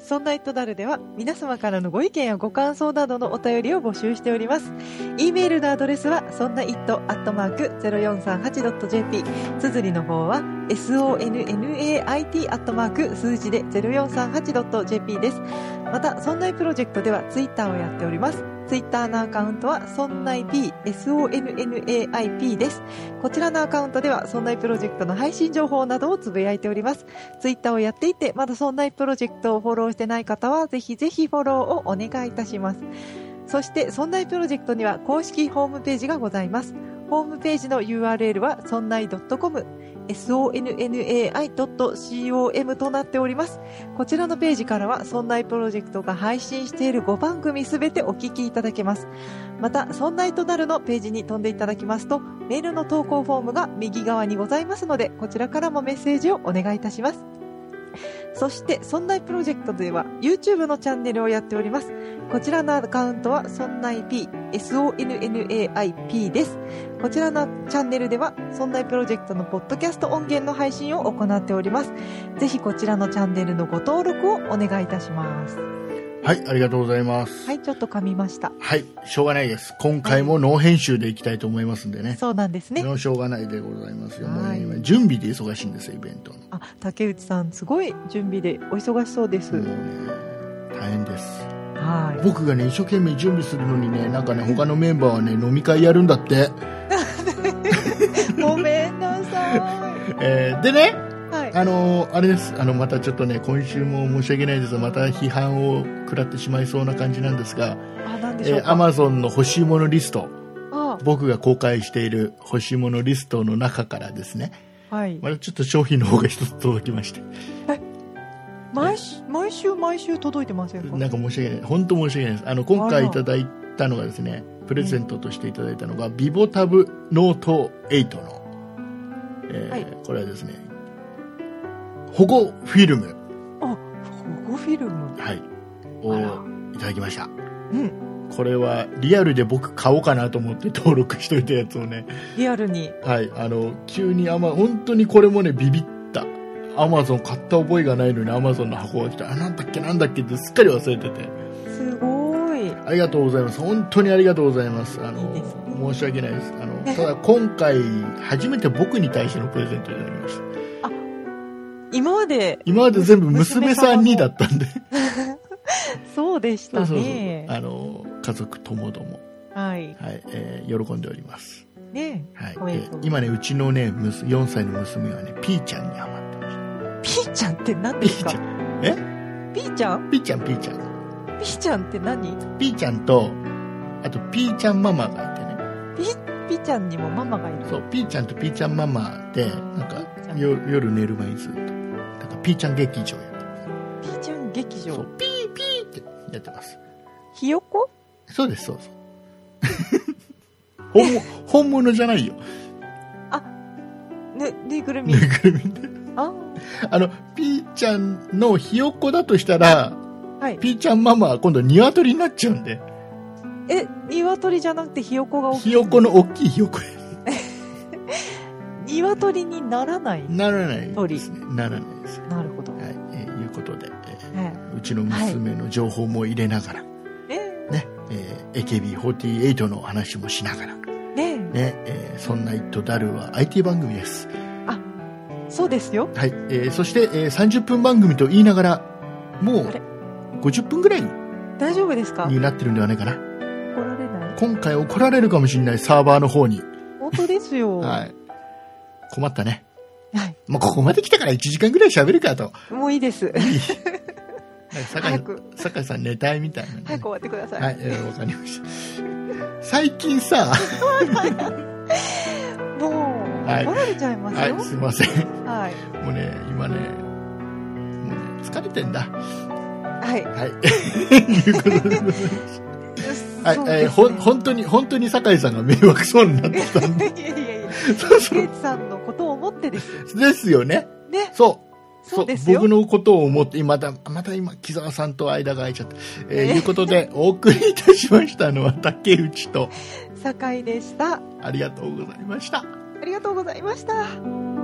[SPEAKER 3] そんな糸だるでは皆様からのご意見やご感想などのお便りを募集しております。e メールのアドレスはそんな it.0438.jp 綴りの方は sonnait. 数字で 0438.jp です。また、そんないプロジェクトではツイッターをやっております。ツイッターのアカウントは、そんない P、SONNAIP です。こちらのアカウントでは、そんないプロジェクトの配信情報などをつぶやいております。ツイッターをやっていて、まだそんなプロジェクトをフォローしてない方は、ぜひぜひフォローをお願いいたします。そして、そんなプロジェクトには公式ホームページがございます。ホームページの URL は、そんない .com、sonnai.com となっております。こちらのページからは、そんなプロジェクトが配信している5番組すべてお聞きいただけます。また、そんなとなるのページに飛んでいただきますと、メールの投稿フォームが右側にございますので、こちらからもメッセージをお願いいたします。そして、そんないプロジェクトでは YouTube のチャンネルをやっております。こちらのアカウントは、そんない P、SONNAIP です。こちらのチャンネルでは、そんないプロジェクトのポッドキャスト音源の配信を行っております。ぜひこちらのチャンネルのご登録をお願いいたします。
[SPEAKER 2] はいありがとうございます
[SPEAKER 3] は
[SPEAKER 2] はい、
[SPEAKER 3] い、ちょっと噛みました。
[SPEAKER 2] しょうがないです今回もノー編集でいきたいと思いますんでね
[SPEAKER 3] そうなんですね。
[SPEAKER 2] のしょうがないでございますよ、もう
[SPEAKER 3] は
[SPEAKER 2] ね
[SPEAKER 3] い
[SPEAKER 2] 今準備で忙しいんですよイベントの
[SPEAKER 3] あ、竹内さん、すごい準備でお忙しそうです。
[SPEAKER 2] もうね大変です
[SPEAKER 3] はい。
[SPEAKER 2] 僕がね一生懸命準備するのにねなんかね他のメンバーはね飲み会やるんだって、
[SPEAKER 3] ごめんなさ
[SPEAKER 2] えーでね
[SPEAKER 3] い。はい。
[SPEAKER 2] あのーあれですあのまたちょっとね今週も申し訳ないですまた批判を食らってしまいそうな感じなんですが
[SPEAKER 3] あ、なんでしょ
[SPEAKER 2] え
[SPEAKER 3] う
[SPEAKER 2] ー、ア
[SPEAKER 3] か。
[SPEAKER 2] マゾンの欲しいものリスト、
[SPEAKER 3] は
[SPEAKER 2] 僕が公開している欲しいものリストの中からですね、
[SPEAKER 3] はい。
[SPEAKER 2] まだちょっと商品の方が一つ届きまして、
[SPEAKER 3] 毎週、毎週、毎週届いてませんか
[SPEAKER 2] なんか申し訳ない、本当申し訳ないです。あの、今回いただいたのがですね、プレゼントとしていただいたのが、ビボタブノート8の、えー
[SPEAKER 3] はい
[SPEAKER 2] これはですね、保護フィルム、
[SPEAKER 3] あ、保護フィルム。
[SPEAKER 2] はい、
[SPEAKER 3] あ
[SPEAKER 2] を
[SPEAKER 3] ら
[SPEAKER 2] いただきました。
[SPEAKER 3] うん。
[SPEAKER 2] これはリアルで僕買おうかなと思って登録しといたやつをね、
[SPEAKER 3] リアルに。
[SPEAKER 2] はい、あの、急にあま、本当にこれもね、ビビった。アマゾン買った覚えがないのにアマゾンの箱が来て、あ、なんだっけなんだっけってすっかり忘れてて。
[SPEAKER 3] すごい。
[SPEAKER 2] ありがとうございます。本当にありがとうございます。あの、
[SPEAKER 3] いいですね
[SPEAKER 2] 申し訳ないです。あの、ただ今回、初めて僕に対してのプレゼントになりました。
[SPEAKER 3] 今まで、
[SPEAKER 2] 今まで全部娘さんにだったんで。
[SPEAKER 3] そうでし
[SPEAKER 2] そう
[SPEAKER 3] た
[SPEAKER 2] そうそう。
[SPEAKER 3] ね。
[SPEAKER 2] あの、家族ともども、
[SPEAKER 3] はい。
[SPEAKER 2] はい、えー喜んでおります。
[SPEAKER 3] ね
[SPEAKER 2] はい。え
[SPEAKER 3] おめでとう
[SPEAKER 2] ー今ね、うちのね、むす4歳の娘はね、ピーちゃんにハマってまし
[SPEAKER 3] ピーちゃんって何
[SPEAKER 2] た。
[SPEAKER 3] で
[SPEAKER 2] ピ
[SPEAKER 3] す
[SPEAKER 2] ー
[SPEAKER 3] か
[SPEAKER 2] ちゃん。
[SPEAKER 3] ピーちゃん
[SPEAKER 2] ピーちゃん、ピーちゃん。
[SPEAKER 3] ピーちゃんって何
[SPEAKER 2] ピーちゃんと、あと、ピーちゃんママがいてね。
[SPEAKER 3] ピーちゃんにもママがいる。
[SPEAKER 2] そう、ピーちゃんとピーちゃんママで、なんか
[SPEAKER 3] ピーちゃ、ん
[SPEAKER 2] よ夜寝る前にずっと、なんか、ピーちゃん劇場やって
[SPEAKER 3] ピーちゃん劇
[SPEAKER 2] そ
[SPEAKER 3] 場
[SPEAKER 2] う。ピーピーってやってます
[SPEAKER 3] ひよこ
[SPEAKER 2] そうですそうそう 本物本物じゃないよ
[SPEAKER 3] ね、ぬいぐるみ
[SPEAKER 2] ぬい。ぐるみで
[SPEAKER 3] あ
[SPEAKER 2] あのピーちゃんのひよっこだとしたら
[SPEAKER 3] はい。
[SPEAKER 2] ピーちゃんママは今度鶏になっちゃうんで
[SPEAKER 3] え、鶏じゃなくてひよこが大き
[SPEAKER 2] ひ
[SPEAKER 3] い。
[SPEAKER 2] よっこの大きいひよっこに
[SPEAKER 3] 鶏にならない。
[SPEAKER 2] ならないですねならないですは
[SPEAKER 3] なるほど。
[SPEAKER 2] い、えーいうことで、え
[SPEAKER 3] はい。
[SPEAKER 2] ーうちの娘の情報も入れながら、
[SPEAKER 3] ね
[SPEAKER 2] ね、えー AKB48 の話もしながら、
[SPEAKER 3] ね
[SPEAKER 2] ねえーそんな「イットダル」は IT 番組です
[SPEAKER 3] そうですよ。
[SPEAKER 2] はい、えーそして、えー30分番組と言いながら、もう
[SPEAKER 3] あれ
[SPEAKER 2] 50分ぐらい
[SPEAKER 3] 大丈夫ですか
[SPEAKER 2] になってるんではないかな。
[SPEAKER 3] 怒られない
[SPEAKER 2] 今回怒られるかもしれないサーバーの方に。
[SPEAKER 3] 本当ですよ。は
[SPEAKER 2] はい。困ったね。
[SPEAKER 3] い。
[SPEAKER 2] もうここまで来たから1時間ぐらい喋るかと。は
[SPEAKER 3] もういいです。
[SPEAKER 2] い酒
[SPEAKER 3] 早
[SPEAKER 2] 井
[SPEAKER 3] く、
[SPEAKER 2] 酒井さん寝たいみたいなんでね、
[SPEAKER 3] 早く終わってください。
[SPEAKER 2] はい、えーわかりました。最近さ、
[SPEAKER 3] もう、
[SPEAKER 2] はい
[SPEAKER 3] 怒られちゃいます
[SPEAKER 2] は
[SPEAKER 3] よ
[SPEAKER 2] い、。すいません。
[SPEAKER 3] はい。
[SPEAKER 2] もうね、今ね、もうね、疲れてんだ。
[SPEAKER 3] はい。
[SPEAKER 2] はい。いうことでございますはい、えー、ほん、本当に、本当に酒井さんが迷惑そうになってきた んで。
[SPEAKER 3] 当 いやいやいや、
[SPEAKER 2] そうそ
[SPEAKER 3] ケ
[SPEAKER 2] う
[SPEAKER 3] イツさんのことを思ってです。
[SPEAKER 2] ですよね。
[SPEAKER 3] ね。
[SPEAKER 2] そう。
[SPEAKER 3] そうですよ
[SPEAKER 2] 僕。のことを思って、また、また今、木澤さんと間が空いちゃった。えー
[SPEAKER 3] ね
[SPEAKER 2] いうことで、お送りいたしましたのは竹内と、
[SPEAKER 3] 酒井でした。あ
[SPEAKER 2] ありがとうございました。
[SPEAKER 3] りがとうございました。